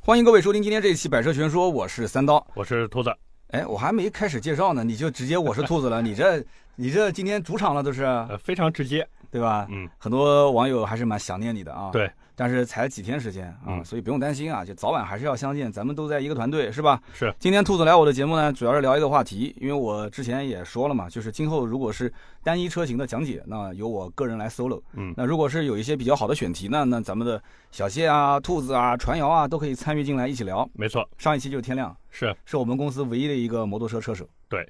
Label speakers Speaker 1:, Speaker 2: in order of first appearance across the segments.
Speaker 1: 欢迎各位收听今天这一期《百车全说》，我是三刀。
Speaker 2: 我是兔子。
Speaker 1: 哎，我还没开始介绍呢，你就直接我是兔 子了，你这你这今天主场了都是，
Speaker 2: 呃，非常直接。
Speaker 1: 对吧？
Speaker 2: 嗯，
Speaker 1: 很多网友还是蛮想念你的啊。
Speaker 2: 对，
Speaker 1: 但是才几天时间啊，
Speaker 2: 嗯
Speaker 1: 所以不用担心啊，就早晚还是要相见，咱们都在一个团队，是吧？
Speaker 2: 是。
Speaker 1: 今天兔子来我的节目呢，主要是聊一个话题，因为我之前也说了嘛，就是今后如果是单一车型的讲解，那由我个人来 solo。
Speaker 2: 嗯
Speaker 1: 那如果是有一些比较好的选题呢，那咱们的小谢啊、兔子啊、传谣啊都可以参与进来一起聊。
Speaker 2: 没错，
Speaker 1: 上一期就是天亮，
Speaker 2: 是
Speaker 1: 是我们公司唯一的一个摩托车车手。
Speaker 2: 对，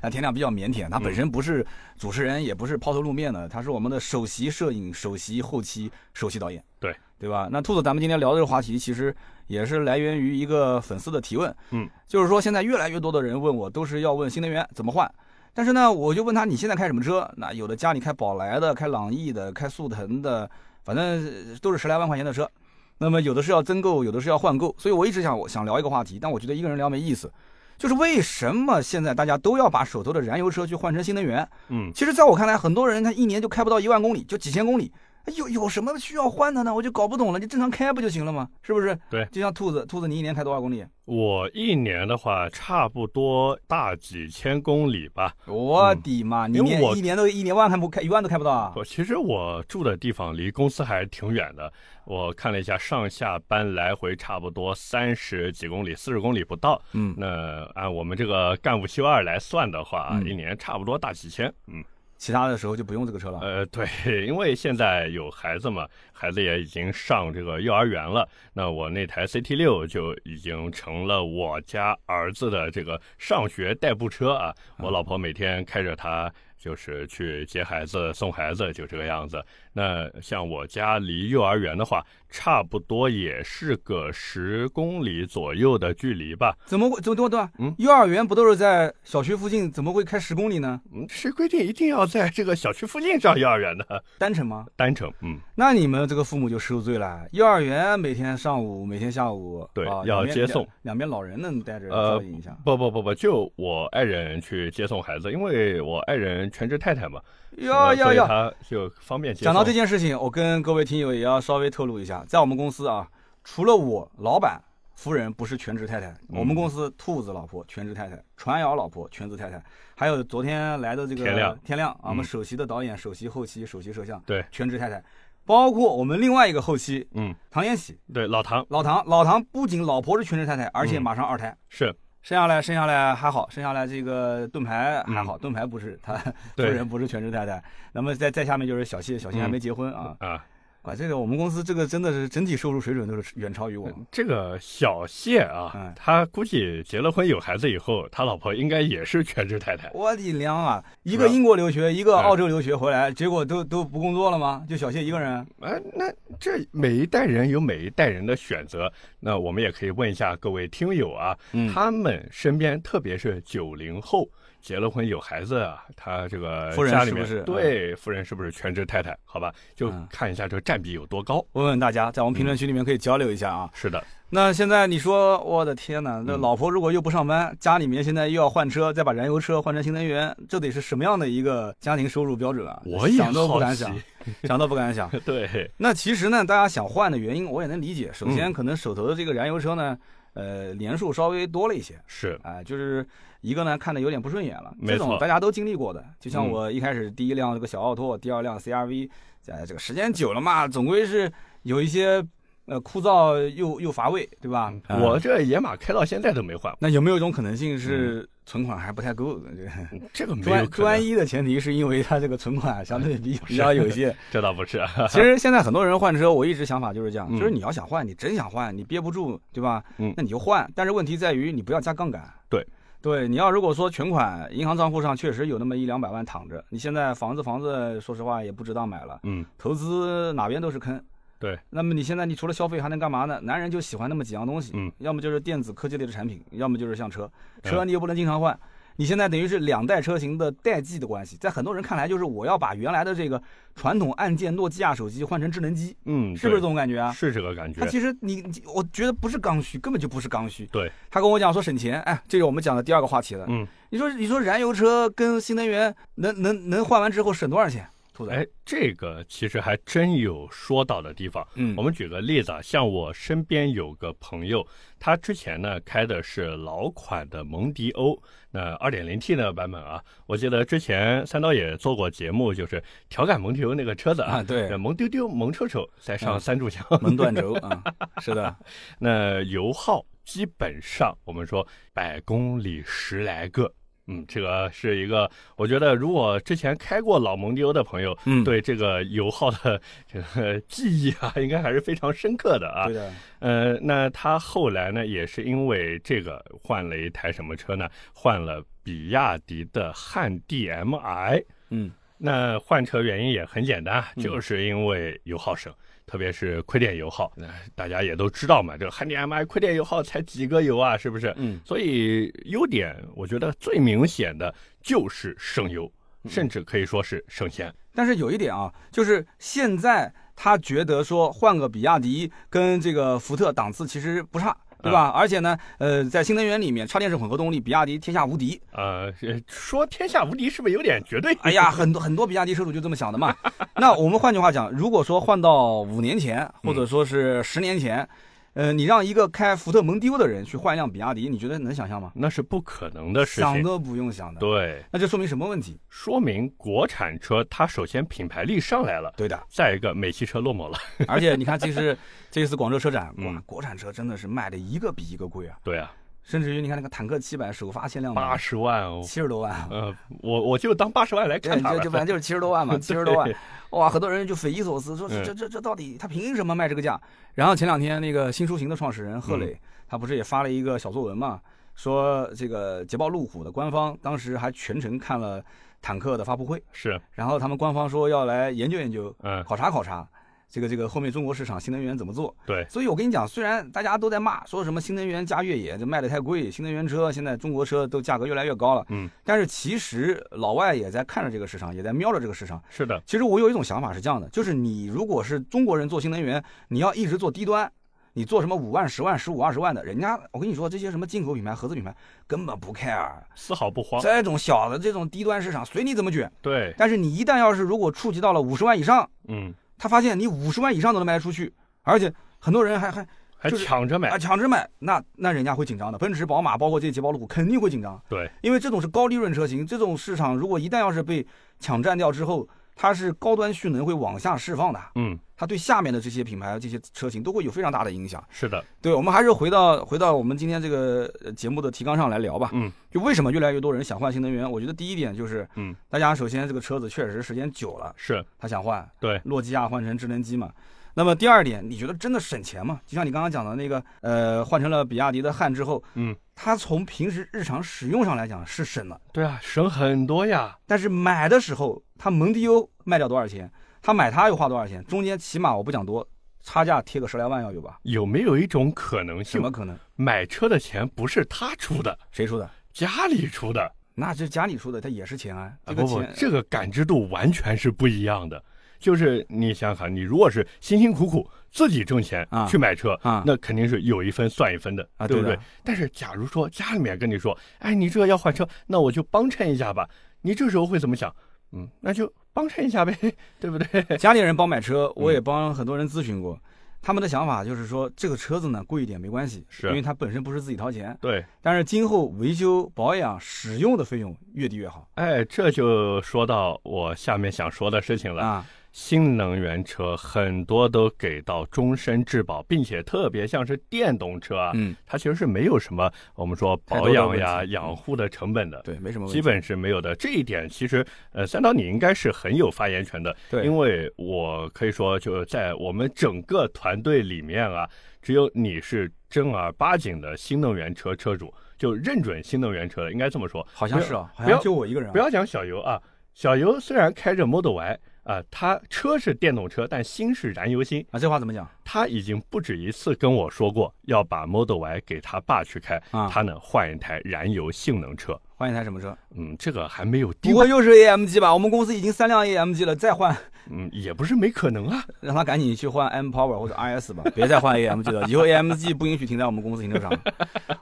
Speaker 1: 啊，田亮比较腼腆，他本身不是主持人，也不是抛头露面的，他是我们的首席摄影、首席后期、首席导演。
Speaker 2: 对，
Speaker 1: 对吧？那兔子，咱们今天聊这个话题，其实也是来源于一个粉丝的提问。
Speaker 2: 嗯，
Speaker 1: 就是说现在越来越多的人问我，都是要问新能源怎么换。但是呢，我就问他你现在开什么车？那有的家里开宝来的，开朗逸的，开速腾的，反正呃都是十来万块钱的车。那么有的是要增购，有的是要换购，所以我一直想我想聊一个话题，但我觉得一个人聊没意思。就是为什么现在大家都要把手头的燃油车去换成新能源？
Speaker 2: 嗯，
Speaker 1: 其实，在我看来，很多人他一年就开不到一万公里，就几千公里，哎有有什么需要换的呢？我就搞不懂了，你正常开不就行了吗？是不是？
Speaker 2: 对嗯
Speaker 1: 就像兔子，兔子你一年开多少公里？
Speaker 2: 我一年的话，差不多大几千公里吧。
Speaker 1: 我的妈！你
Speaker 2: 因为
Speaker 1: 年
Speaker 2: 我
Speaker 1: 一年都一年万还不开一万都开不到啊！
Speaker 2: 我其实我住的地方离公司还挺远的，我看了一下，上下班来回差不多三十几公里，四十公里不到。
Speaker 1: 嗯，
Speaker 2: 那按我们这个干部休二来算的话，
Speaker 1: 嗯
Speaker 2: 一年差不多大几千。嗯，
Speaker 1: 其他的时候就不用这个车了。
Speaker 2: 呃，对，因为现在有孩子嘛，孩子也已经上这个幼儿园了，那我那台 CT 六就已经成了我家儿子的这个上学代步车啊。我老婆每天开着它，就是去接孩子、送孩子，就这个样子。那像我家离幼儿园的话，差不多也是个十公里左右的距离吧。
Speaker 1: 怎么会？怎么多多？
Speaker 2: 嗯
Speaker 1: 幼儿园不都是在小区附近，怎么会开十公里呢？
Speaker 2: 嗯，是规定一定要在这个小区附近上幼儿园的
Speaker 1: 单程吗？
Speaker 2: 单程，嗯，
Speaker 1: 那你们这个父母就受罪了。幼儿园每天上午，每天下午，
Speaker 2: 对
Speaker 1: 啊、
Speaker 2: 要
Speaker 1: 两边
Speaker 2: 接送
Speaker 1: 两，两边老人能带着
Speaker 2: 呃
Speaker 1: 照应一下。
Speaker 2: 不不不不，就我爱人去接送孩子，因为我爱人全职太太嘛，
Speaker 1: 要
Speaker 2: 呃
Speaker 1: 要
Speaker 2: 所以
Speaker 1: 要！
Speaker 2: 她就方便接送。
Speaker 1: 讲到这件事情，我跟各位听友也要稍微透露一下，在我们公司啊，除了我老板夫人不是全职太太，
Speaker 2: 嗯
Speaker 1: 我们公司兔子老婆全职太太，传谣老婆全职太太，还有昨天来的这个
Speaker 2: 天亮
Speaker 1: 天亮啊，我们
Speaker 2: 嗯
Speaker 1: 首席的导演、首席后期、首席摄像，
Speaker 2: 对，
Speaker 1: 全职太太，包括我们另外一个后期
Speaker 2: 嗯，
Speaker 1: 唐延喜，
Speaker 2: 对，老唐
Speaker 1: 老唐，老唐不仅老婆是全职太太，而且
Speaker 2: 嗯
Speaker 1: 马上二胎。
Speaker 2: 是
Speaker 1: 生下来，生下来还好，生下来这个盾牌还好，盾牌不是 他夫
Speaker 2: 嗯对
Speaker 1: 人不是全职太太。那么再再下面就是小谢，小谢还
Speaker 2: 嗯
Speaker 1: 没结婚啊。
Speaker 2: 啊，
Speaker 1: 管这个，我们公司这个真的是整体收入水准都是远超于我。
Speaker 2: 这个小谢
Speaker 1: 嗯
Speaker 2: 啊，他估计结了婚有孩子以后，他老婆应该也是全职太太。
Speaker 1: 我的娘啊！一
Speaker 2: 主
Speaker 1: 个
Speaker 2: 要
Speaker 1: 英国留学，一个
Speaker 2: 哎
Speaker 1: 澳洲留学回来，结果都都不工作了吗？就小谢一个人。
Speaker 2: 啊，那这每一代人有每一代人的选择，那我们也可以问一下各位听友啊，
Speaker 1: 嗯
Speaker 2: 他们身边，特别是九零后结了婚有孩子啊，他这个
Speaker 1: 夫人
Speaker 2: 家
Speaker 1: 是
Speaker 2: 里
Speaker 1: 不
Speaker 2: 面
Speaker 1: 是
Speaker 2: 对夫人是不是全职太太？好吧，就
Speaker 1: 嗯
Speaker 2: 看一下这个占比有多高。
Speaker 1: 问问大家，在我们评论区里面可以交流一下啊。
Speaker 2: 是的，
Speaker 1: 那现在你说，我的天哪！那
Speaker 2: 嗯
Speaker 1: 老婆如果又不上班，家里面现在又要换车，再把燃油车换成新能源，这得是什么样的一个家庭收入标准啊？
Speaker 2: 我也
Speaker 1: 想都不
Speaker 2: 好
Speaker 1: 敢
Speaker 2: 奇
Speaker 1: 想，想都不敢想。
Speaker 2: 对，
Speaker 1: 那其实呢，大家想换的原因我也能理解。首
Speaker 2: 嗯
Speaker 1: 先，可能手头的这个燃油车呢，呃，年数稍微多了一些
Speaker 2: 是，
Speaker 1: 啊、就是一个呢看的有点不顺眼了，
Speaker 2: 没
Speaker 1: 这
Speaker 2: 错
Speaker 1: 种大家都经历过的。就像
Speaker 2: 嗯
Speaker 1: 我一开始第一辆这个小奥拓，第二辆 CRV，在这个时间久了嘛，总归是有一些呃枯燥又又乏味，对吧？嗯
Speaker 2: 我这野马开到现在都没换，
Speaker 1: 那有没有一种可能性是存款还不太够？这个
Speaker 2: 这个嗯没
Speaker 1: 专
Speaker 2: 有可能
Speaker 1: 专，一的前提是因为它这个存款相对 比比
Speaker 2: 啊
Speaker 1: 较有限。
Speaker 2: 这倒不是。啊
Speaker 1: 其实现在很多人换车，我一直想法就是这样，
Speaker 2: 嗯
Speaker 1: 就是你要想换，你真想换，你憋不住，对吧？
Speaker 2: 嗯
Speaker 1: 那你就换。但是问题在于你不要加杠杆。
Speaker 2: 对。
Speaker 1: 对，你要如果说全款银行账户上确实有那么一两百万躺着，你现在房子房子说实话也不值当买了，
Speaker 2: 嗯，
Speaker 1: 投资哪边都是坑。
Speaker 2: 对，
Speaker 1: 那么你现在你除了消费还能干嘛呢？男人就喜欢那么几样东西，
Speaker 2: 嗯，
Speaker 1: 要么就是电子科技类的产品，要么就是像车，
Speaker 2: 嗯
Speaker 1: 车你又不能经常换。你现在等于是两代车型的代际的关系，在很多人看来就是我要把原来的这个传统按键诺基亚手机换成智能机，
Speaker 2: 嗯，
Speaker 1: 是不是这
Speaker 2: 对
Speaker 1: 种感觉啊？
Speaker 2: 是这个感觉
Speaker 1: 他？其实你，你我觉得不是刚需，根本就不是刚需。
Speaker 2: 对，
Speaker 1: 他跟我讲说省钱，哎，这是我们讲的第二个话题了。
Speaker 2: 嗯，
Speaker 1: 你说，你说燃油车跟新能源能能能换完之后省多少钱？兔子？
Speaker 2: 哎，这个其实还真有说到的地方。
Speaker 1: 嗯
Speaker 2: 我们举个例子啊，像我身边有个朋友，他之前呢开的是老款的蒙迪欧，那二点零 T 那个版本啊。我记得之前三刀也做过节目，就是调侃蒙迪欧那个车子啊，
Speaker 1: 啊对
Speaker 2: 呃 蒙丢丢、蒙臭臭，再上
Speaker 1: 嗯
Speaker 2: 三炷香，
Speaker 1: 门断轴 啊，是的，
Speaker 2: 那油耗基本上我们说百公里十来个。嗯，这个是一个，我觉得如果之前开过老蒙迪欧的朋友，
Speaker 1: 嗯，
Speaker 2: 对这个油耗的 这个记忆啊，应该还是非常深刻的啊。
Speaker 1: 对的，
Speaker 2: 呃，那他后来呢，也是因为这个换了一台什么车呢？换了比亚迪的汉 DMI。
Speaker 1: 嗯
Speaker 2: 那换车原因也很简单，啊
Speaker 1: 嗯
Speaker 2: 就是因为油耗省，特别是亏电油耗。
Speaker 1: 嗯
Speaker 2: 那大家也都知道嘛，这个汉 DMI 亏电油耗才几个油啊，是不是？
Speaker 1: 嗯，
Speaker 2: 所以优点，我觉得最明显的就是省油，
Speaker 1: 嗯
Speaker 2: 甚至可以说是省钱。
Speaker 1: 但是有一点啊，就是现在他觉得说换个比亚迪跟这个福特档次其实不差，对吧？而且呢，呃，在新能源里面，插电式混合动力，比亚迪天下无 敌。
Speaker 2: 呃，是说天下无敌是不是有点绝对？
Speaker 1: 哎呀，很多很多比亚迪车主就这么想的 嘛。那我们换句话讲，如果说换到五年前，或者说是十年前，呃，你让一个开福特蒙迪欧的人去换一辆比亚迪，你觉得能想象吗？
Speaker 2: 那是不可能的事
Speaker 1: 想
Speaker 2: 情。
Speaker 1: 都不用想的。
Speaker 2: 对，
Speaker 1: 那这说明什么问题？
Speaker 2: 说明国产车它首先品牌力上来了，
Speaker 1: 对的，
Speaker 2: 再一个美系车落寞了。
Speaker 1: 而且你看，这是这次广州车展，哇
Speaker 2: 嗯，
Speaker 1: 国产车真的是卖的一个比一个贵啊。
Speaker 2: 对啊，
Speaker 1: 甚至于你看那个坦克七百首发限量
Speaker 2: 八
Speaker 1: 版
Speaker 2: 十万哦，
Speaker 1: 七十多万，啊
Speaker 2: 呃，我我就当八十万来
Speaker 1: 对，
Speaker 2: 看它
Speaker 1: 就
Speaker 2: 吧
Speaker 1: 就。反正就是七十多万 嘛，七十多万
Speaker 2: 对，
Speaker 1: 哇，很多人就匪夷所思，说这
Speaker 2: 嗯
Speaker 1: 这这这到底他凭什么卖这个价？然后前两天那个新出行的创始人
Speaker 2: 嗯
Speaker 1: 贺磊，他不是也发了一个小作文嘛，说这个捷豹路虎的官方当时还全程看了坦克的发布会，
Speaker 2: 是，
Speaker 1: 然后他们官方说要来研究研究，
Speaker 2: 嗯，
Speaker 1: 考察考察。这个这个后面中国市场新能源怎么做？
Speaker 2: 对
Speaker 1: 所以我跟你讲，虽然大家都在骂说什么新能源加越野这卖的太贵，新能源车现在中国车都价格越来越高了，
Speaker 2: 嗯，
Speaker 1: 但是其实老外也在看着这个市场，也在瞄着这个市场。
Speaker 2: 是的，
Speaker 1: 其实我有一种想法是这样的，就是你如果是中国人做新能源，你要一直做低端，你做什么五万、十万、十五、二十万的，人家我跟你说，这些什么进口品牌、合资品牌根本不 care，
Speaker 2: 丝毫不慌。
Speaker 1: 这种小的这种低端市场随你怎么卷。
Speaker 2: 对，
Speaker 1: 但是你一旦要是如果触及到了五十万以上，
Speaker 2: 嗯，
Speaker 1: 他发现你五十万以上都能卖得出去，而且很多人还还
Speaker 2: 还
Speaker 1: 就是
Speaker 2: 抢着买
Speaker 1: 啊，抢着买，那那人家会紧张的。奔驰、宝马，包括这些捷豹、路虎，肯定会紧张。
Speaker 2: 对，
Speaker 1: 因为这种是高利润车型，这种市场如果一旦要是被抢占掉之后，它是高端蓄能会往下释放的，
Speaker 2: 嗯，
Speaker 1: 它对下面的这些品牌、这些车型都会有非常大的影响。
Speaker 2: 是的，
Speaker 1: 对，我们还是回到回到我们今天这个呃节目的提纲上来聊吧。
Speaker 2: 嗯，
Speaker 1: 就为什么越来越多人想换新能源？我觉得第一点就是，
Speaker 2: 嗯，
Speaker 1: 大家首先这个车子确实时间久了，
Speaker 2: 是
Speaker 1: 他想换，
Speaker 2: 对，
Speaker 1: 诺基亚换成智能机嘛。那么第二点，你觉得真的省钱吗？就像你刚刚讲的那个，呃，换成了比亚迪的汉之后，
Speaker 2: 嗯，
Speaker 1: 它从平时日常使用上来讲是省了，
Speaker 2: 对啊，省很多呀。
Speaker 1: 但是买的时候，它蒙迪欧卖掉多少钱，他买它又花多少钱，中间起码我不讲多，差价贴个十来万要有吧？
Speaker 2: 有没有一种可能
Speaker 1: 怎
Speaker 2: 性
Speaker 1: 么，可能？
Speaker 2: 买车的钱不是他出的，
Speaker 1: 谁出的？
Speaker 2: 家里出的？
Speaker 1: 那这家里出的，它也是钱啊，
Speaker 2: 啊
Speaker 1: 这个
Speaker 2: 不不
Speaker 1: 钱，，
Speaker 2: 这个感知度完全是不一样的。就是你想想看，你如果是辛辛苦苦自己挣钱
Speaker 1: 啊
Speaker 2: 去买车，
Speaker 1: 啊
Speaker 2: 那肯定是有一分算一分的，
Speaker 1: 啊
Speaker 2: 对不
Speaker 1: 对的
Speaker 2: 对？但是假如说家里面跟你说，哎，你这要换车，那我就帮衬一下吧，你这时候会怎么想？嗯，那就帮衬一下呗，对不 对？
Speaker 1: 家里人帮买车，
Speaker 2: 嗯
Speaker 1: 我也帮很多人咨询过，他们的想法就是说，这个车子呢贵一点没关系，
Speaker 2: 是
Speaker 1: 因为它本身不是自己掏钱，
Speaker 2: 对，
Speaker 1: 但是今后维修、保养、使用的费用越低越好
Speaker 2: 哎，这就说到我下面想说的事情了。
Speaker 1: 啊。
Speaker 2: 新能源车很多都给到终身质保，并且特别像是电动车啊，
Speaker 1: 嗯，
Speaker 2: 它其实是没有什么我们说保养呀、养护的成本的，
Speaker 1: 对，没什么问
Speaker 2: 基
Speaker 1: 题。
Speaker 2: 本是没有的。这一点其实，呃，三刀你应该是很有发言权的，
Speaker 1: 对，
Speaker 2: 因为我可以说就是在我们整个团队里面啊，只有你是正儿八经的新能源车车主，就认准新能源车的，应该这么说。
Speaker 1: 好像是啊，好
Speaker 2: 不要
Speaker 1: 像就我一个人啊。
Speaker 2: 不要讲小游啊，小游虽然开着 Model Y 啊，他车是电动车，但心是燃油心。
Speaker 1: 啊，这话怎么讲
Speaker 2: 他已经不止一次跟我说过，要把 Model Y 给他爸去开，
Speaker 1: 啊？
Speaker 2: 他呢换一台燃油性能车。
Speaker 1: 换一台什么车？
Speaker 2: 嗯，这个还没有
Speaker 1: 不
Speaker 2: 定，
Speaker 1: 过又是 AMG 吧？我们公司已经三辆 AMG 了，再换
Speaker 2: 嗯，也不是没可能啊。
Speaker 1: 让他赶紧去换 M Power 或者 RS 吧，别再换 AMG 了。以后 AMG 不允许停在我们公司停车场。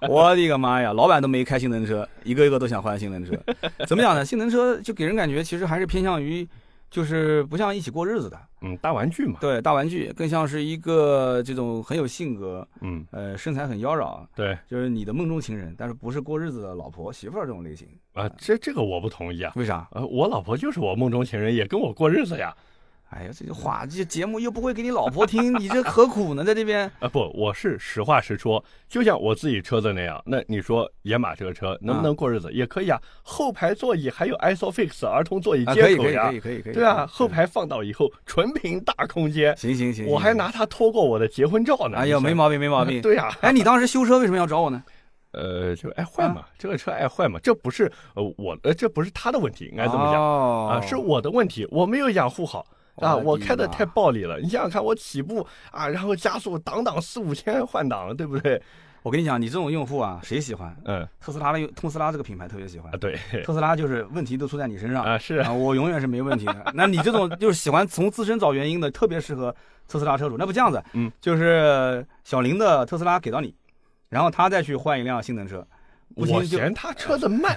Speaker 1: 我的个妈呀，老板都没开新能源车，一个一个都想换新能源车。怎么讲呢？新能源车就给人感觉其实还是偏向于就是不像一起过日子的，
Speaker 2: 嗯，大玩具嘛，
Speaker 1: 对，大玩具更像是一个这种很有性格，
Speaker 2: 嗯，
Speaker 1: 呃，身材很妖娆，
Speaker 2: 对
Speaker 1: 就是你的梦中情人，但是不是过日子的老婆媳妇儿这种类型。
Speaker 2: 啊，这这个我不同意啊。
Speaker 1: 为啥？
Speaker 2: 呃，我老婆就是我梦中情人，也跟我过日子呀。
Speaker 1: 哎呀，这句话这节目又不会给你老婆听，你这何苦呢？在这边，
Speaker 2: 啊，不，我是实话实说，就像我自己车子那样。那你说野马这个
Speaker 1: 啊
Speaker 2: 车能不能过日子？也可以啊，后排座椅还有 ISOFIX 儿童座椅
Speaker 1: 啊，可
Speaker 2: 接
Speaker 1: 以，
Speaker 2: 口
Speaker 1: 可以，
Speaker 2: 呀。
Speaker 1: 可以，可以，可以。
Speaker 2: 对啊，
Speaker 1: 嗯
Speaker 2: 后。排放倒以后，纯凭大空间，
Speaker 1: 行行行，
Speaker 2: 我还拿它拖过我的结婚照呢。
Speaker 1: 行。哎呀，
Speaker 2: 你想
Speaker 1: 没毛病，没毛病。
Speaker 2: 对啊呀、
Speaker 1: 哎，你当时修车为什么要找我呢？
Speaker 2: 呃，就爱坏嘛，这个车爱坏嘛，这不是呃我呃这不是他的问题，应该这么讲、
Speaker 1: 讲
Speaker 2: 啊，是我的问题，我没有养护好。啊，我开的太暴力了，你想想看，我起步啊，然后加速档档四五千换挡，对不对？
Speaker 1: 我跟你讲，你这种用户啊，谁喜欢？
Speaker 2: 嗯
Speaker 1: 特斯拉的用特斯拉这个品牌特别喜欢
Speaker 2: 啊，。对
Speaker 1: 特斯拉就是问题都出在你身上
Speaker 2: 啊是
Speaker 1: 啊，我永远是没问题的。那你这种就是喜欢从自身找原因的，特别适合特斯拉车主。那不这样子，
Speaker 2: 嗯，
Speaker 1: 就是小林的特斯拉给到你，然后他再去换一辆性能车，不行
Speaker 2: 我
Speaker 1: 就
Speaker 2: 嫌他车子 慢，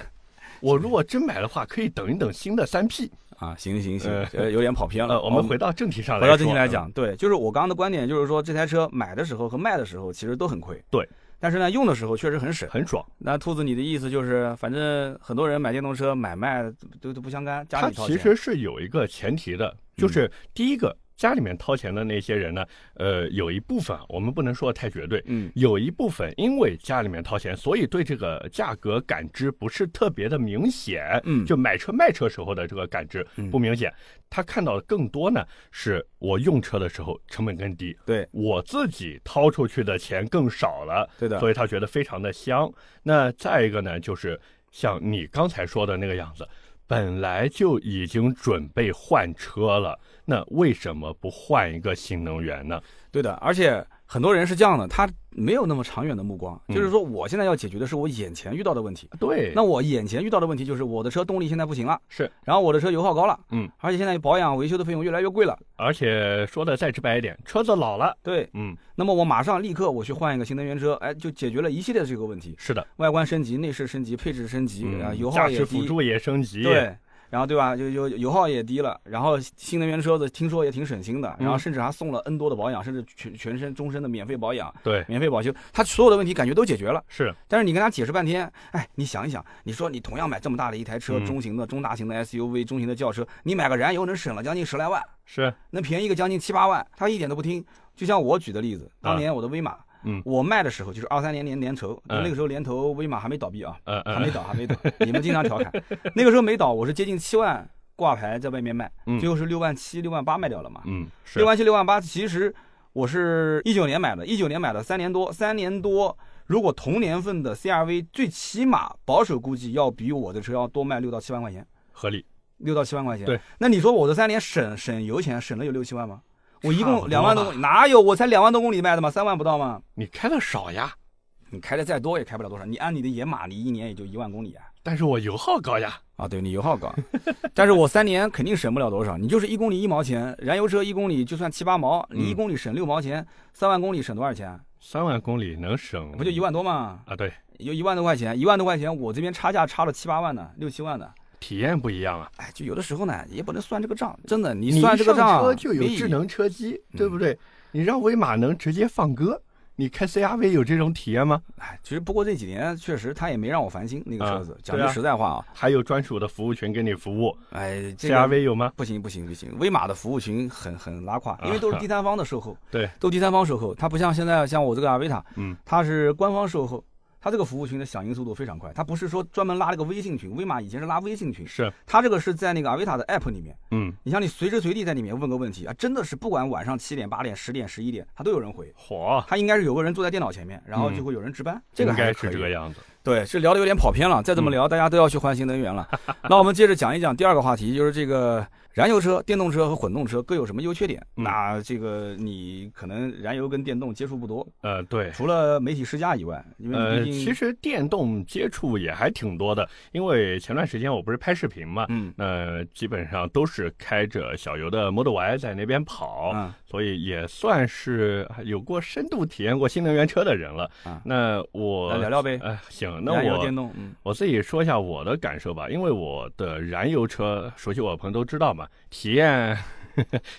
Speaker 2: 我如果真买的话，可以等一等新的三 P。
Speaker 1: 啊，行行行
Speaker 2: 呃，
Speaker 1: 呃，有点跑偏了。
Speaker 2: 呃，我们回到正题上来
Speaker 1: 回
Speaker 2: 说，嗯
Speaker 1: 到正题来讲，对，就是我刚刚的观点，就是说这台车买的时候和卖的时候其实都很亏，
Speaker 2: 对。
Speaker 1: 但是呢，用的时候确实很省
Speaker 2: 嗯，。很爽。
Speaker 1: 那兔子，你的意思就是，反正很多人买电动车买卖都都不相干，家
Speaker 2: 它
Speaker 1: 里掏
Speaker 2: 其
Speaker 1: 钱。嗯
Speaker 2: 实是有一个前提的，就是第一个家里面掏钱的那些人呢，呃，有一部分我们不能说得太绝对，
Speaker 1: 嗯，
Speaker 2: 有一部分因为家里面掏钱，所以对这个价格感知不是特别的明显，
Speaker 1: 嗯
Speaker 2: 就买车卖车时候的这个感知
Speaker 1: 嗯
Speaker 2: 不明显。他看到的更多呢，是我用车的时候成本更低，
Speaker 1: 对，
Speaker 2: 我自己掏出去的钱更少了，
Speaker 1: 对的
Speaker 2: 所以他觉得非常的香。那再一个呢，就是像你刚才说的那个样子，本来就已经准备换车了，那为什么不换一个新能源呢？
Speaker 1: 对的，而且很多人是这样的，他没有那么长远的目光，
Speaker 2: 嗯
Speaker 1: 就是说我现在要解决的是我眼前遇到的问题。
Speaker 2: 对，
Speaker 1: 那我眼前遇到的问题就是我的车动力现在不行了，
Speaker 2: 是，
Speaker 1: 然后我的车油耗高了，
Speaker 2: 嗯，
Speaker 1: 而且现在保养维修的费用越来越贵了。
Speaker 2: 而且说的再直白一点，车子老了，
Speaker 1: 对，
Speaker 2: 嗯，
Speaker 1: 那么我马上立刻我去换一个新能源车，哎，就解决了一系列的这个问题，
Speaker 2: 是的，
Speaker 1: 外观升级、内饰升级、配置升级，
Speaker 2: 嗯
Speaker 1: 然后油耗
Speaker 2: 驾
Speaker 1: 也
Speaker 2: 驶辅
Speaker 1: 低，
Speaker 2: 助也升级，
Speaker 1: 对，然后对吧？就就油耗也低了，然后新能源车子听说也挺省心的，然后
Speaker 2: 嗯
Speaker 1: 甚至还送了 N 多的保养，甚至全全身终身的免费保养、
Speaker 2: 对，
Speaker 1: 免费保修，它所有的问题感觉都解决了。
Speaker 2: 是，
Speaker 1: 但是你跟他解释半天，哎，你想一想，你说你同样买这么大的一台车，
Speaker 2: 嗯
Speaker 1: 中型的、中大型的 SUV、中型的轿车，你买个燃油能省了将近十来万，
Speaker 2: 是，
Speaker 1: 能便宜个将近七八万，他一点都不听。就像我举的例子，当年我的威马，
Speaker 2: 嗯
Speaker 1: 我卖的时候就是二三年年年头，
Speaker 2: 嗯
Speaker 1: 那个时候年头威马还没倒闭啊，
Speaker 2: 呃
Speaker 1: 还没
Speaker 2: 呃，
Speaker 1: 倒，还没倒，你们经常调侃，那个时候没倒，我是接近七万挂牌在外面卖，
Speaker 2: 嗯
Speaker 1: 最后是六万七、六万八卖掉了嘛，
Speaker 2: 嗯，是
Speaker 1: 六，万七、六万八，其实我是一九年买的，一九年买的，三年多，三年多，如果同年份的 CRV，最起码保守估计要比我的车要多卖六到七万块钱，
Speaker 2: 合理，
Speaker 1: 六到七万块钱。
Speaker 2: 对，
Speaker 1: 那你说我这三年省省油钱省了有六七万吗？我一
Speaker 2: 差不
Speaker 1: 共
Speaker 2: 多
Speaker 1: 两万多
Speaker 2: 吧
Speaker 1: 公里，哪有？我才两万多公里卖的嘛，三万不到嘛。
Speaker 2: 你开的少呀，
Speaker 1: 你开的再多也开不了多少，你按你的野马，你一年也就一万公里啊。
Speaker 2: 但是我油耗高呀，
Speaker 1: 啊，对你油耗高， 但是我三年肯定省不了多少。你就是一公里一毛钱，燃油车一公里就算七八毛，你一
Speaker 2: 嗯
Speaker 1: 公里省六毛钱，三万公里省多少钱啊？
Speaker 2: 三万公里能省
Speaker 1: 不就一万多吗？
Speaker 2: 啊？对，
Speaker 1: 也就一万多块钱，一万多块钱，我这边差价差了七八万呢，六七万呢。
Speaker 2: 体验不一样啊。
Speaker 1: 哎，就有的时候呢，也不能算这个账，真的，你
Speaker 2: 一
Speaker 1: 算这个
Speaker 2: 上
Speaker 1: 账
Speaker 2: 车就有
Speaker 1: 没
Speaker 2: 智能车机，
Speaker 1: 嗯
Speaker 2: 对不对？你让威马能直接放歌，你开 CRV 有这种体验吗？
Speaker 1: 哎，其实不过这几年确实他也没让我烦心那个
Speaker 2: 啊
Speaker 1: 车子，讲
Speaker 2: 对
Speaker 1: 句
Speaker 2: 啊
Speaker 1: 实在话啊，
Speaker 2: 还有专属的服务群给你服务
Speaker 1: 哎，这个
Speaker 2: ，CRV 有吗？
Speaker 1: 不行不行不行，威马的服务群很很拉胯，因为都是第三方的售后，
Speaker 2: 啊 对，
Speaker 1: 都第三方售后，它不像现在像我这个阿维塔，
Speaker 2: 嗯，
Speaker 1: 它是官方售后，它这个服务群的响应速度非常快，它不是说专门拉了个微信群，威马以前是拉微信群，
Speaker 2: 是，
Speaker 1: 它这个是在那个阿维塔的 app 里面，
Speaker 2: 嗯，
Speaker 1: 你像你随时随地在里面问个问题啊，真的是不管晚上七点、八点、十点、十一点，它都有人回。
Speaker 2: 火，
Speaker 1: 它应该是有个人坐在电脑前面，然后
Speaker 2: 嗯
Speaker 1: 就会有人值班，这个
Speaker 2: 应
Speaker 1: 还
Speaker 2: 该
Speaker 1: 可
Speaker 2: 是
Speaker 1: 以
Speaker 2: 这
Speaker 1: 的
Speaker 2: 个样子。
Speaker 1: 对，是聊的有点跑偏了，再这么
Speaker 2: 嗯
Speaker 1: 聊，大家都要去换新能源了。那我们接着讲一讲第二个话题，就是这个燃油车、电动车和混动车各有什么优缺点。
Speaker 2: 嗯
Speaker 1: 那这个你可能燃油跟电动接触不多，
Speaker 2: 呃，对，
Speaker 1: 除了媒体试驾以外，因为
Speaker 2: 呃，
Speaker 1: 你毕竟、
Speaker 2: 其实电动接触也还挺多的，因为前段时间我不是拍视频嘛，
Speaker 1: 嗯
Speaker 2: 呃，基本上都是开着小游的 Model Y 在那边跑，
Speaker 1: 嗯
Speaker 2: 所以也算是有过深度体验过新能源车的人了。
Speaker 1: 啊
Speaker 2: 那
Speaker 1: 来
Speaker 2: 我
Speaker 1: 聊聊呗，
Speaker 2: 呃，行，那
Speaker 1: 燃油
Speaker 2: 我
Speaker 1: 电动，嗯
Speaker 2: 我自己说一下我的感受吧，因为我的燃油车，熟悉我的朋友都知道嘛，嘛，体验